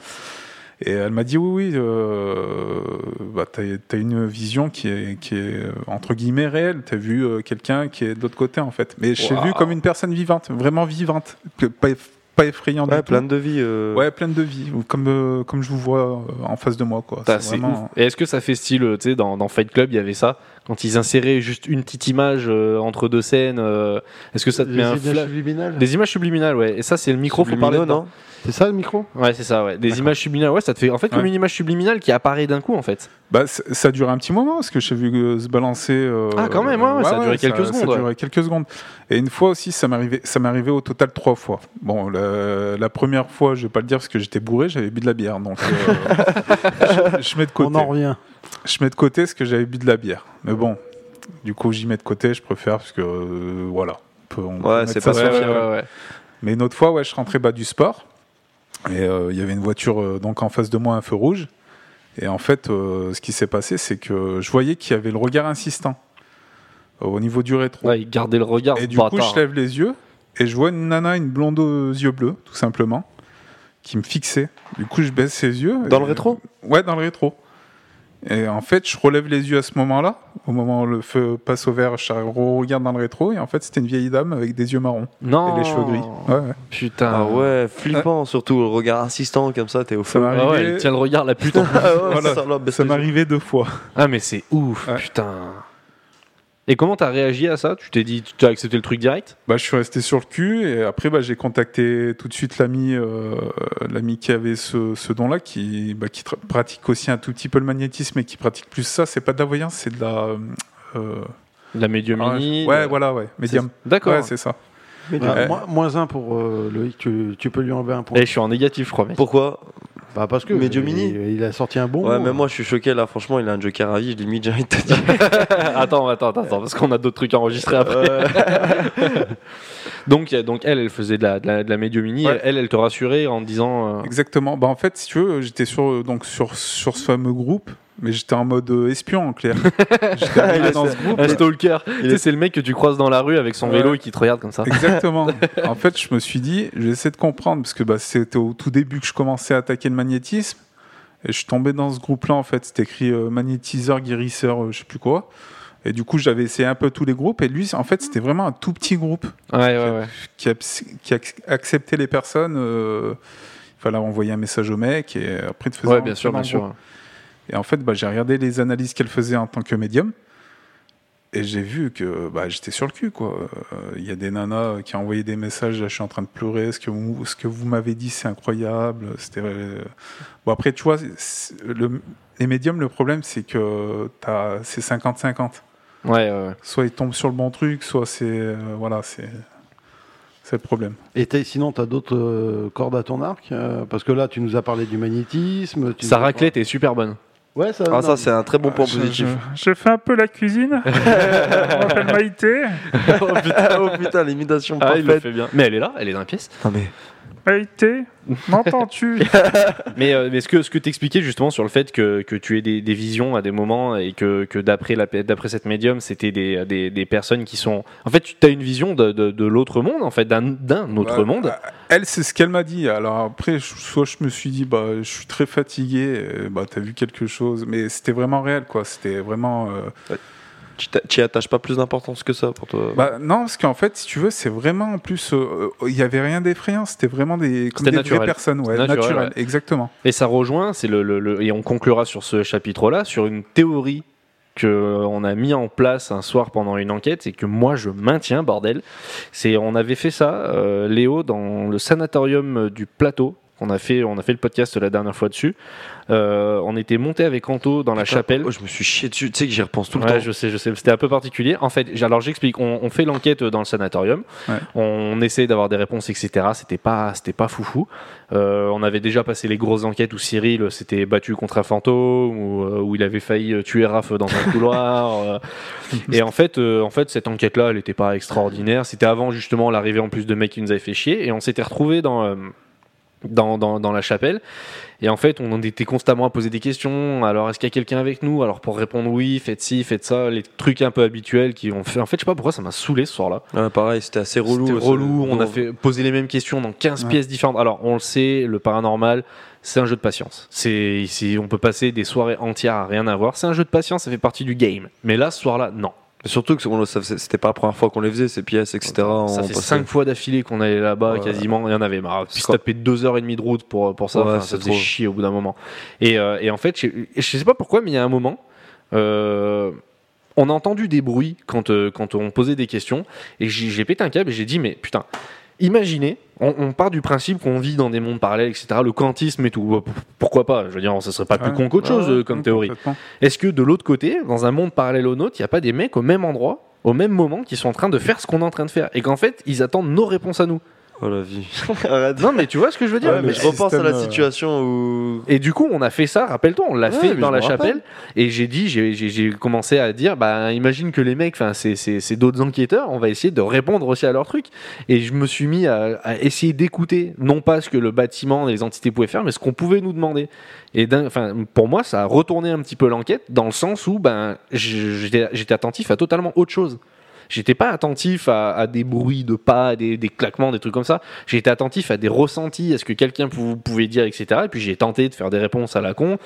Et elle m'a dit oui, oui, euh, bah, t'as t'as une vision qui est, qui est euh, entre guillemets réelle. T'as vu euh, quelqu'un qui est de l'autre côté en fait. Mais je l'ai vu comme une personne vivante, vraiment vivante, que- pas, eff- pas effrayante.
Ouais, pleine de vie. euh,
Ouais, pleine de vie, ou comme, euh, comme je vous vois euh, en face de moi. quoi.
Putain,
C'est
c'est
vraiment-
ouf. Et est-ce que ça fait style, euh, tu sais, dans, dans Fight Club, il y avait ça Quand ils inséraient juste une petite image euh, entre deux scènes, euh, est-ce que ça te
Des
met un
images
flash
subliminales.
Des images subliminales, ouais. Et ça, c'est le micro, faut
Subliminaux,
parler dedans.
non
C'est ça le micro
Ouais, c'est ça, ouais. Des images subliminales, ouais, ça te fait en fait comme
Ouais.
une image subliminale qui apparaît d'un coup, en fait.
Bah, c- ça a duré un petit moment parce que j'ai vu euh, se balancer. euh,
Ah, quand même, ouais, ouais, ça a duré quelques
ça
secondes,
a duré quelques secondes. Et une fois aussi, ça m'arrivait, ça m'arrivait au total trois fois. Bon, la, la première fois, je vais pas le dire parce que j'étais bourré, j'avais bu de la bière, donc euh, je, je mets de
On
côté.
en revient.
Je mets de côté ce que j'avais bu de la bière. Mais bon, du coup, j'y mets de côté. Je préfère parce que euh, voilà. on peut- on peut mettre
c'est
ça
pas
sur
Ouais,
le-
ouais, ouais,
mais une autre fois, ouais, je rentrais bas du sport. Et euh, il y avait une voiture euh, donc en face de moi, un feu rouge. Et en fait, euh, ce qui s'est passé, c'est que je voyais qu'il y avait le regard insistant euh, au niveau du rétro.
Ouais, il gardait le regard,
et
ce
du coup,
bâtard.
je
hein.
lève les yeux et je vois une nana, une blonde aux yeux bleus, tout simplement, qui me fixait. Du coup, je baisse ses yeux.
Dans
et-
le rétro
Ouais, dans le rétro. Et en fait, je relève les yeux à ce moment-là, au moment où le feu passe au vert, je regarde dans le rétro, et en fait, c'était une vieille dame avec des yeux marrons
Non.
et les cheveux gris. Ouais, ouais.
Putain.
Ah ouais, flippant, surtout le regard insistant comme ça, t'es au feu.
m'arrive.
Ah ouais,
Arrivé-
elle tient le regard, la putain.
Ah ouais,
Voilà,
salope, baisse
Ça
les
m'est
yeux.
arrivé deux fois.
Ah mais c'est ouf,
Ouais.
putain. Et comment t'as réagi à ça Tu t'es dit, tu as accepté le truc direct
Bah, je suis resté sur le cul et après bah, j'ai contacté tout de suite l'ami euh, l'ami qui avait ce, ce don-là, qui, bah, qui tra- pratique aussi un tout petit peu le magnétisme et qui pratique plus ça. C'est pas de la voyance, c'est de la. euh, euh,
La
ouais,
médiumnie
ouais,
le-
voilà, ouais,
c'est-
médium.
D'accord.
Ouais, c'est ça.
Bah,
Ouais.
moins- moins un pour euh, Loïc, tu, tu peux lui enlever un point.
Et Eh, je suis en négatif, je crois. mec.
Pourquoi
Bah, parce que
Mediomini
il, il a sorti un bon.
Ouais,
mot.
même moi je suis choqué là, franchement, il a un joker à vie, je limite, j'ai envie de te dire.
attends, attends, attends, parce qu'on a d'autres trucs enregistrés après.
Euh,
Donc, euh, donc elle, elle faisait de la, de la, de la médiumnie.
Ouais.
Elle, elle te rassurait en disant. euh,
Exactement. Bah, en fait, si tu veux, j'étais sur, donc, sur, sur ce fameux groupe, mais j'étais en mode euh, espion en clair. j'étais arrivé dans ce groupe.
un stalker. Tu
est-
sais, c'est le mec que tu croises dans la rue avec son
Ouais.
vélo et qui te regarde comme ça.
Exactement. en fait, je me suis dit, je vais essayer de comprendre, parce que bah, c'était au tout début que je commençais à attaquer le magnétisme. Et je suis tombé dans ce groupe-là, en fait. C'était écrit euh, magnétiseur, guérisseur, euh, je sais plus quoi. Et du coup, j'avais essayé un peu tous les groupes. Et lui, en fait, c'était vraiment un tout petit groupe
Ouais, ouais, ouais.
qui, a, qui a accepté les personnes. euh, il fallait envoyer un message au mec. Et après, il te faisait
Ouais,
rentrer
bien sûr,
dans
bien
le
sûr.
groupe. Et en fait, bah, j'ai regardé les analyses qu'elle faisait en tant que médium. Et j'ai vu que bah, j'étais sur le cul. quoi. Euh, Il y a des nanas qui ont envoyé des messages, là, je suis en train de pleurer, ce que vous, ce que vous m'avez dit, c'est incroyable. C'était... euh, Bon, après, tu vois, c'est- le- les médiums, le problème, c'est que t'as- c'est 50-50.
Ouais, ouais, ouais.
Soit ils tombent sur le bon truc, soit c'est... euh, voilà, c'est... C'est le problème.
Et t'as- sinon, tu as d'autres euh, cordes à ton arc euh, Parce que là, tu nous as parlé du magnétisme. Tu
Sa
nous as
raclette est super bonne.
parlé- Ouais, ça.
Ah,
non,
ça, c'est un très bon point
Je-
positif.
Je, je fais un peu la cuisine. Je m'appelle Maïté.
oh putain, oh, putain, l'imitation
Ah, il le
parfaite.
fait bien. Mais elle est là, elle est dans la pièce.
Non, mais
Haïté, m'entends-tu
Mais, euh, mais ce que, ce que t'expliquais justement sur le fait que, que tu aies des, des visions à des moments et que, que d'après, la, d'après cette médium, c'était des, des, des personnes qui sont. En fait, tu as une vision de, de, de l'autre monde, en fait, d'un, d'un autre
Bah,
monde.
Elle, c'est ce qu'elle m'a dit. Alors après, je- soit je me suis dit, bah, je suis très fatigué, euh, bah, t'as vu quelque chose. Mais c'était vraiment réel, quoi. C'était vraiment. euh,
Tu t'a- tu y attaches pas plus d'importance que ça pour toi.
Bah, non, parce qu'en fait, si tu veux, c'est vraiment en plus. euh, euh, Il y avait rien d'effrayant, c'était vraiment des, comme
C'était
des
naturel.
vraies personnes. Ouais,
C'était
naturel,
naturel,
exactement.
Et ça rejoint, c'est le, le- le- et on conclura sur ce chapitre-là, sur une théorie que euh, on a mis en place un soir pendant une enquête et que moi je maintiens bordel c'est on avait fait ça euh, Léo dans le sanatorium euh, du plateau on a fait on a fait le podcast la dernière fois dessus Euh, on était monté avec Anto dans la
Putain,
chapelle
oh, je me suis chié dessus, tu sais que j'y repense tout le
Ouais,
temps.
Je sais, je sais. C'était un peu particulier. En fait, j- alors j'explique. On, on fait l'enquête dans le sanatorium.
Ouais.
On essaie d'avoir des réponses, etc. C'était pas, c'était pas foufou. Euh, on avait déjà passé les grosses enquêtes où Cyril euh, s'était battu contre un fantôme ou euh, où il avait failli euh, tuer Raph dans un couloir. euh. Et en fait, euh, en fait, cette enquête-là, elle était pas extraordinaire. C'était avant justement l'arrivée en plus de mecs qui nous avaient fait chier. Et on s'était retrouvé dans euh, dans, dans, dans la chapelle. Et en fait, on en était constamment à poser des questions. Alors, est-ce qu'il y a quelqu'un avec nous Alors, pour répondre oui, faites ci, faites ça, les trucs un peu habituels qui ont fait. En fait, je sais pas pourquoi ça m'a saoulé ce soir-là.
Ouais, pareil, c'était assez relou.
C'était
euh, ce-
relou, on a
bon.
fait poser les mêmes questions dans 15
Ouais.
pièces différentes. Alors, on le sait, le paranormal, c'est un jeu de patience. C'est ici, on peut passer des soirées entières à rien avoir. C'est un jeu de patience, ça fait partie du game. Mais là, ce soir-là, non.
Surtout que on le- ça- c'était pas la première fois qu'on les faisait, ces pièces, etc.
ça
on
fait
passait-
5 fois d'affilée qu'on allait là-bas
Ouais.
quasiment et on en avait marre. Puis se
Scro-
taper 2h30 de route pour, pour ça,
Ouais,
enfin,
c'est
ça faisait
trop.
chier au bout d'un moment. Et, euh, et en fait, je, je sais pas pourquoi, mais il y a un moment, euh, on a entendu des bruits quand, euh, quand on posait des questions et j'ai j'ai pété un câble et j'ai dit, mais putain. Imaginez, on, on part du principe qu'on vit dans des mondes parallèles, etc. Le quantisme et tout, pourquoi pas Je veux dire, ça serait pas plus
Ouais. Bah
con qu'autre chose euh, comme
Ouais,
théorie.
complètement.
Est-ce que de l'autre côté, dans un monde parallèle au nôtre, il n'y a pas des mecs au même endroit, au même moment, qui sont en train de faire ce qu'on est en train de faire Et qu'en fait, ils attendent nos réponses à nous
Oh la vie. Arrête.
Non, mais tu vois ce que je veux dire
Ouais, mais
le
je repense à
système,
la
euh,
situation où.
Et du coup, on a fait ça, rappelle-toi, on l'a
Ouais,
fait
mais
dans
je
la
me rappelle.
chapelle. Et j'ai dit, j'ai- j'ai j'ai commencé à dire, bah, imagine que les mecs, enfin, c'est- c'est c'est d'autres enquêteurs, on va essayer de répondre aussi à leurs trucs. Et je me suis mis à, à essayer d'écouter, non pas ce que le bâtiment et les entités pouvaient faire, mais ce qu'on pouvait nous demander. Et d'un- enfin, pour moi, ça a retourné un petit peu l'enquête, dans le sens où ben, j- j'étais j'étais attentif à totalement autre chose. J'étais pas attentif à, à des bruits de pas, à des, des claquements, des trucs comme ça. J'étais attentif à des ressentis, à ce que quelqu'un pou- pouvait dire, etc. Et puis j'ai tenté de faire des réponses à la con.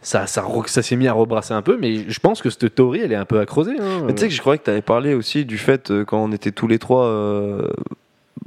Ça, ça, re- ça s'est mis à rebrasser un peu, mais je pense que cette théorie, elle est un peu à creuser. hein.
Mais tu sais que je croyais que t'avais parlé aussi du fait, euh, quand on était tous les trois, euh,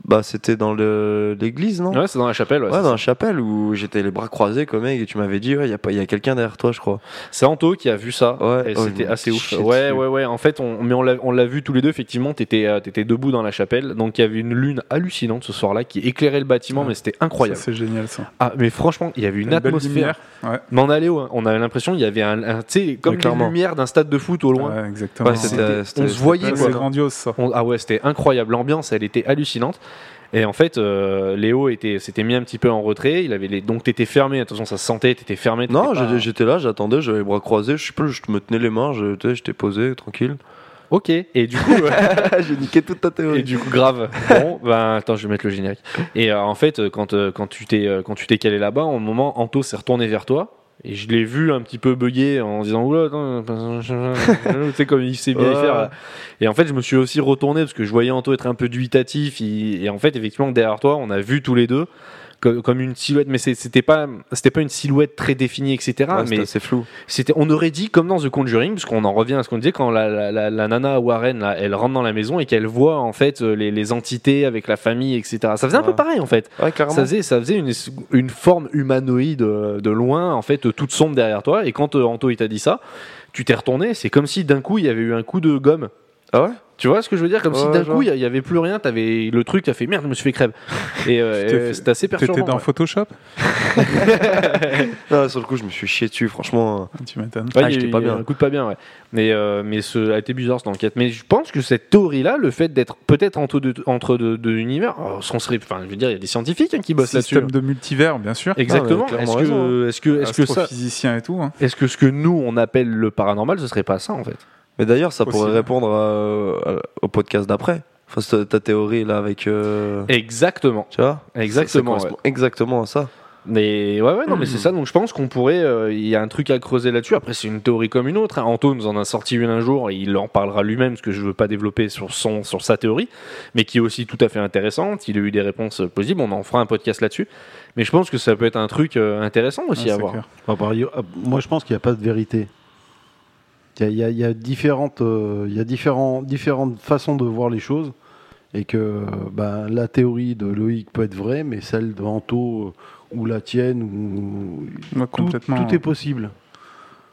bah c'était dans le- l'église, non
Ouais, c'est dans la chapelle. ouais,
Ouais,
c'est
dans la chapelle où j'étais les bras croisés comme mec et tu m'avais dit, ouais, y a, pas- y a quelqu'un derrière toi, je crois.
C'est Anto qui a vu ça.
Ouais,
et
oh,
c'était
je me
assez ouf.
chie
Ouais,
dessus.
ouais, ouais. En fait, on, mais on l'a, on l'a vu tous les deux. Effectivement, t'étais, euh, t'étais debout dans la chapelle. Donc, il y avait une lune hallucinante ce soir-là qui éclairait le bâtiment,
Ouais.
mais c'était incroyable.
Ça, C'est génial ça.
ah, mais franchement, il y avait une,
belle
atmosphère.
lumière. Ouais,
Mais on allait, au- on avait l'impression qu'il y avait un, un- tu sais, comme
Ouais,
les
clairement.
lumières d'un stade de foot au loin.
ouais, exactement.
Ouais,
c'est
Ah, c'était-
C'était- on se voyait,
c'était-
quoi.
grandiose ça.
On- ah ouais, c'était incroyable. L'ambiance, elle était hallucinante. Et en fait, euh, Léo était, s'était mis un petit peu en retrait. Il avait les, donc t'étais fermé. Attention, ça se sentait. T'étais fermé. t'étais
Non,
pas-
j'étais- j'étais là, j'attendais, j'avais les bras croisés, je sais plus, je me tenais les mains, je- tu sais, j'étais posé, tranquille.
Ok. Et du coup. euh,
J'ai niqué toute ta
Et
théorie.
du coup, grave. Bon, ben attends, je vais mettre le générique. Et euh, en fait, euh, quand, euh, quand tu t'es euh, quand tu t'es calé là-bas, au moment, Anto s'est retourné vers toi. Et je l'ai vu un petit peu bugger en disant Oula, attends, euh, tu sais, comme il sait bien y
Ouais.
faire. là. Et en fait, je me suis aussi retourné parce que je voyais Anto être un peu dubitatif. il- Et en fait, effectivement, derrière toi, on a vu tous les deux comme, comme une silhouette. Mais c'est- c'était pas, c'était pas une silhouette très définie, etc.
Ouais,
mais
c'était assez flou.
c'était, on aurait dit comme dans The Conjuring, parce qu'on en revient à ce qu'on disait quand la, la, la- la nana Warren, là, elle rentre dans la maison et qu'elle voit en fait euh, les, les entités avec la famille, etc. Ça faisait un peu
Ouais.
pareil en fait.
Ouais, clairement.
Ça faisait, ça faisait une, une forme humanoïde euh, de loin, en fait, euh, toute sombre derrière toi. Et quand euh, Anto il t'a dit ça, tu t'es retourné. C'est comme si d'un coup il y avait eu un coup de gomme.
Ah ouais
Tu vois ce que je veux dire Comme si
Ouais,
d'un
je
coup il y- y avait plus rien. T'avais le truc, t'as fait merde, je me suis fait crève. Et euh,
Tu t'es
euh,
fait-
c'était assez
T'étais
perturbant.
dans
ouais.
Photoshop
Non, sur le coup, je me suis chié dessus, franchement.
Tu m'étonnes.
Ah,
Ouais, il y a
j'étais
eu-
pas
il y a eu
bien.
Un coup de pas bien, ouais. Mais, euh, mais ce, a été bizarre cette enquête. Mais je pense que cette théorie-là, le fait d'être peut-être entre deux, entre deux, deux univers, oh, on serait, enfin, je veux dire, il y a des scientifiques hein, qui bossent là-dessus.
Système de multivers, bien sûr.
Exactement.
Ah, mais
est-ce
clairement raison,
que, est-ce que, est-ce que ça,
Astrophysicien et tout. hein.
est-ce que ce que nous on appelle le paranormal, ce serait pas ça en fait
Mais d'ailleurs, ça
Possible.
pourrait répondre à- à- au podcast d'après. Enfin, c'est ta théorie là avec. euh,
Exactement.
Tu vois
Exactement,
Ça correspond Exactement à ça.
Mais ouais, ouais, non, mais c'est ça. Donc je pense qu'on pourrait. euh, Il y a un truc à creuser là-dessus. Après, c'est une théorie comme une autre. hein. Anto nous en a sorti une un jour. Et il en parlera lui-même, parce que je ne veux pas développer sur, son, sur sa théorie, mais qui est aussi tout à fait intéressante. Il a eu des réponses euh, possibles. On en fera un podcast là-dessus. Mais je pense que ça peut être un truc euh, intéressant
Ah,
aussi à
c'est
voir.
clair.
Enfin, par- euh, moi, je pense qu'il n'y a pas de vérité. Il y a, il y a- il y a différentes, euh, il y a différents- différentes façons de voir les choses. Et que euh, ben, la théorie de Loïc peut être vraie, mais celle de Anto euh, ou la tienne, ou...
Ouais,
tout,
complètement.
tout est possible.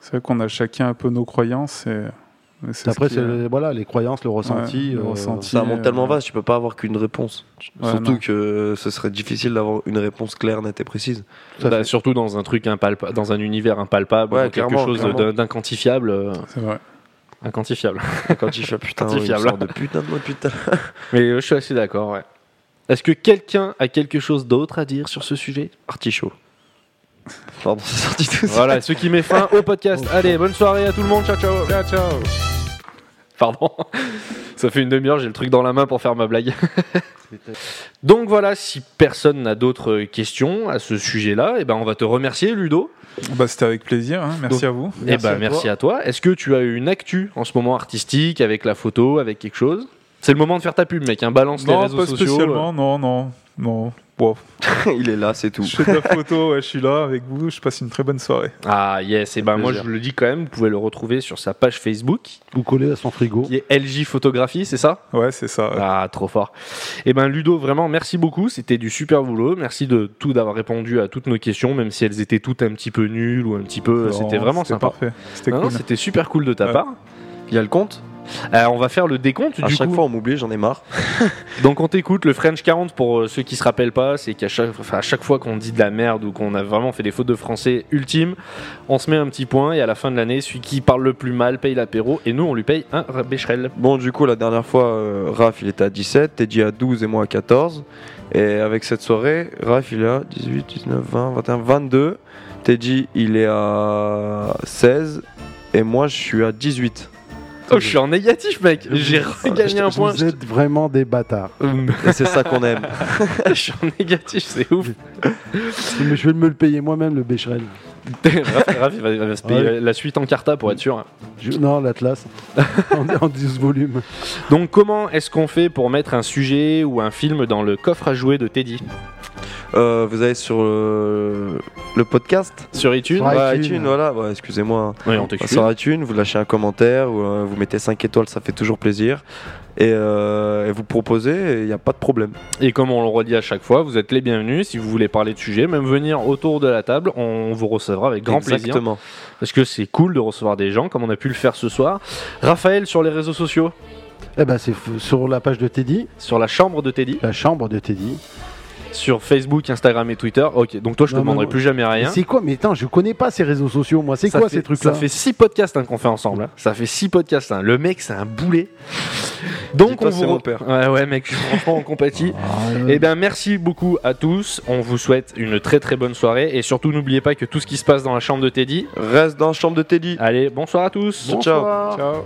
C'est vrai qu'on a chacun un peu nos croyances. Et... et c'est ce
Après,
qui
c'est
est-
le- voilà, les croyances, le ressenti.
le
euh,
ressenti.
C'est un
Qui,
monde
euh,
tellement vaste, tu peux pas avoir qu'une réponse.
Ouais,
Surtout
non.
que ce serait difficile d'avoir une réponse claire, nette et précise.
tout à
Bah,
fait.
surtout dans un truc impalpa- dans un univers impalpable,
Ouais,
dans quelque
clairement,
chose
clairement.
d'in- d'inquantifiable. euh,
C'est vrai.
inquantifiable.
Quand il fait putain, il
Quantifiable.
sort de putain de mode, putain.
Mais euh, je suis assez d'accord, ouais. Est-ce que quelqu'un a quelque chose d'autre à dire sur ce sujet
Artichaut. Pardon, c'est sorti tout ça.
Voilà, ce qui met fin au podcast. Allez, bonne soirée à tout le monde. Ciao, ciao.
Ciao, ciao
Pardon. Ça fait une demi-heure, j'ai le truc dans la main pour faire ma blague. Donc voilà, si personne n'a d'autres questions à ce sujet-là, eh ben on va te remercier, Ludo.
Bah, C'était avec plaisir. hein. Merci à vous.
eh ben merci à toi. Est-ce que tu as eu une actu en ce moment artistique avec la photo, avec quelque chose C'est le moment de faire ta pub, mec. Hein. Balance les
Non,
réseaux
pas
sociaux. euh,
spécialement. Non, non, non. Bon,
Il est là, c'est tout.
je fais de la photo, ouais, je suis là avec vous, je passe une très bonne soirée.
Ah yes, et ben moi je
plaisir.
vous le dis quand même, vous pouvez le retrouver sur sa page Facebook
Ou coller à son frigo.
qui est LJ Photographie, c'est ça
Ouais, c'est ça.
Ah, trop fort. Eh ben, Ludo, vraiment, merci beaucoup. C'était du super boulot. Merci de tout d'avoir répondu à toutes nos questions, même si elles étaient toutes un petit peu nulles ou un petit peu.
Non,
euh, C'était vraiment sympa.
parfait. C'était
Non,
cool.
C'était super cool de ta
Ouais.
part.
Il y a le compte
Euh, on va faire le décompte
À
du
chaque
coup.
fois, on m'oublie, j'en ai marre.
Donc on t'écoute. Le French 40 pour euh, ceux qui se rappellent pas, c'est qu'à chaque, enfin, à chaque fois qu'on dit de la merde ou qu'on a vraiment fait des fautes de français ultimes, on se met un petit point et à la fin de l'année, celui qui parle le plus mal paye l'apéro et nous on lui paye un bécherel.
Bon, du coup, la dernière fois, euh, Raph, il était à 17, Teddy à 12 et moi à 14. Et avec cette soirée, Raph, il est à 18, 19, 20, 21, 22. Teddy, il est à 16. Et moi, je suis à 18.
Oh, je suis en négatif, mec. J'ai
je-
regagné un
je
point.
Vous êtes vraiment des bâtards.
Et c'est ça qu'on aime.
je suis en négatif, c'est ouf.
Mais je vais me le payer moi-même, le Becherel.
Raph, Raph, il va, il va se payer
Ouais.
la- la suite en carta pour être sûr.
Je- Non, l'Atlas. en, en 10 volumes.
Donc, comment est-ce qu'on fait pour mettre un sujet ou un film dans le coffre à jouer de Teddy
Euh, vous allez sur le, le podcast
Sur iTunes
Ouais.
Ouais,
iTunes.
iTunes, voilà. Ouais, excusez-moi. hein. Ah,
Oui, on t'excuse.
Sur iTunes, vous lâchez un commentaire ou euh, vous mettez 5 étoiles, ça fait toujours plaisir. Et, euh, et vous proposez, il n'y a pas de problème.
Et comme on le redit à chaque fois, vous êtes les bienvenus. Si vous voulez parler de sujet, même venir autour de la table, on vous recevra avec grand plaisir.
Exactement.
Parce que c'est cool de recevoir des gens, comme on a pu le faire ce soir. Raphaël sur les réseaux sociaux,
Eh ben, c'est f- sur la page de Teddy,
sur la chambre de Teddy,
la chambre de Teddy.
sur Facebook, Instagram et Twitter. Ok, donc toi, je te
Non, mais
demanderai
moi-
plus jamais rien.
Mais C'est quoi Mais attends, je connais pas ces réseaux sociaux, moi. C'est
Ça
quoi
fait-
ces trucs-là
Ça fait 6 podcasts hein, qu'on fait ensemble. hein. Ça fait 6 podcasts. hein. Le mec, c'est un boulet. Donc
Dis-toi,
on vous
c'est mon
re-
père.
Ouais ouais mec, je suis franchement en compatit.
Ah, ouais.
Eh ben merci beaucoup à tous. On vous souhaite une très très bonne soirée et surtout n'oubliez pas que tout ce qui se passe dans la chambre de Teddy.
Reste dans la chambre de Teddy.
Allez, Ah, bonsoir à tous.
Ciao.
Ciao.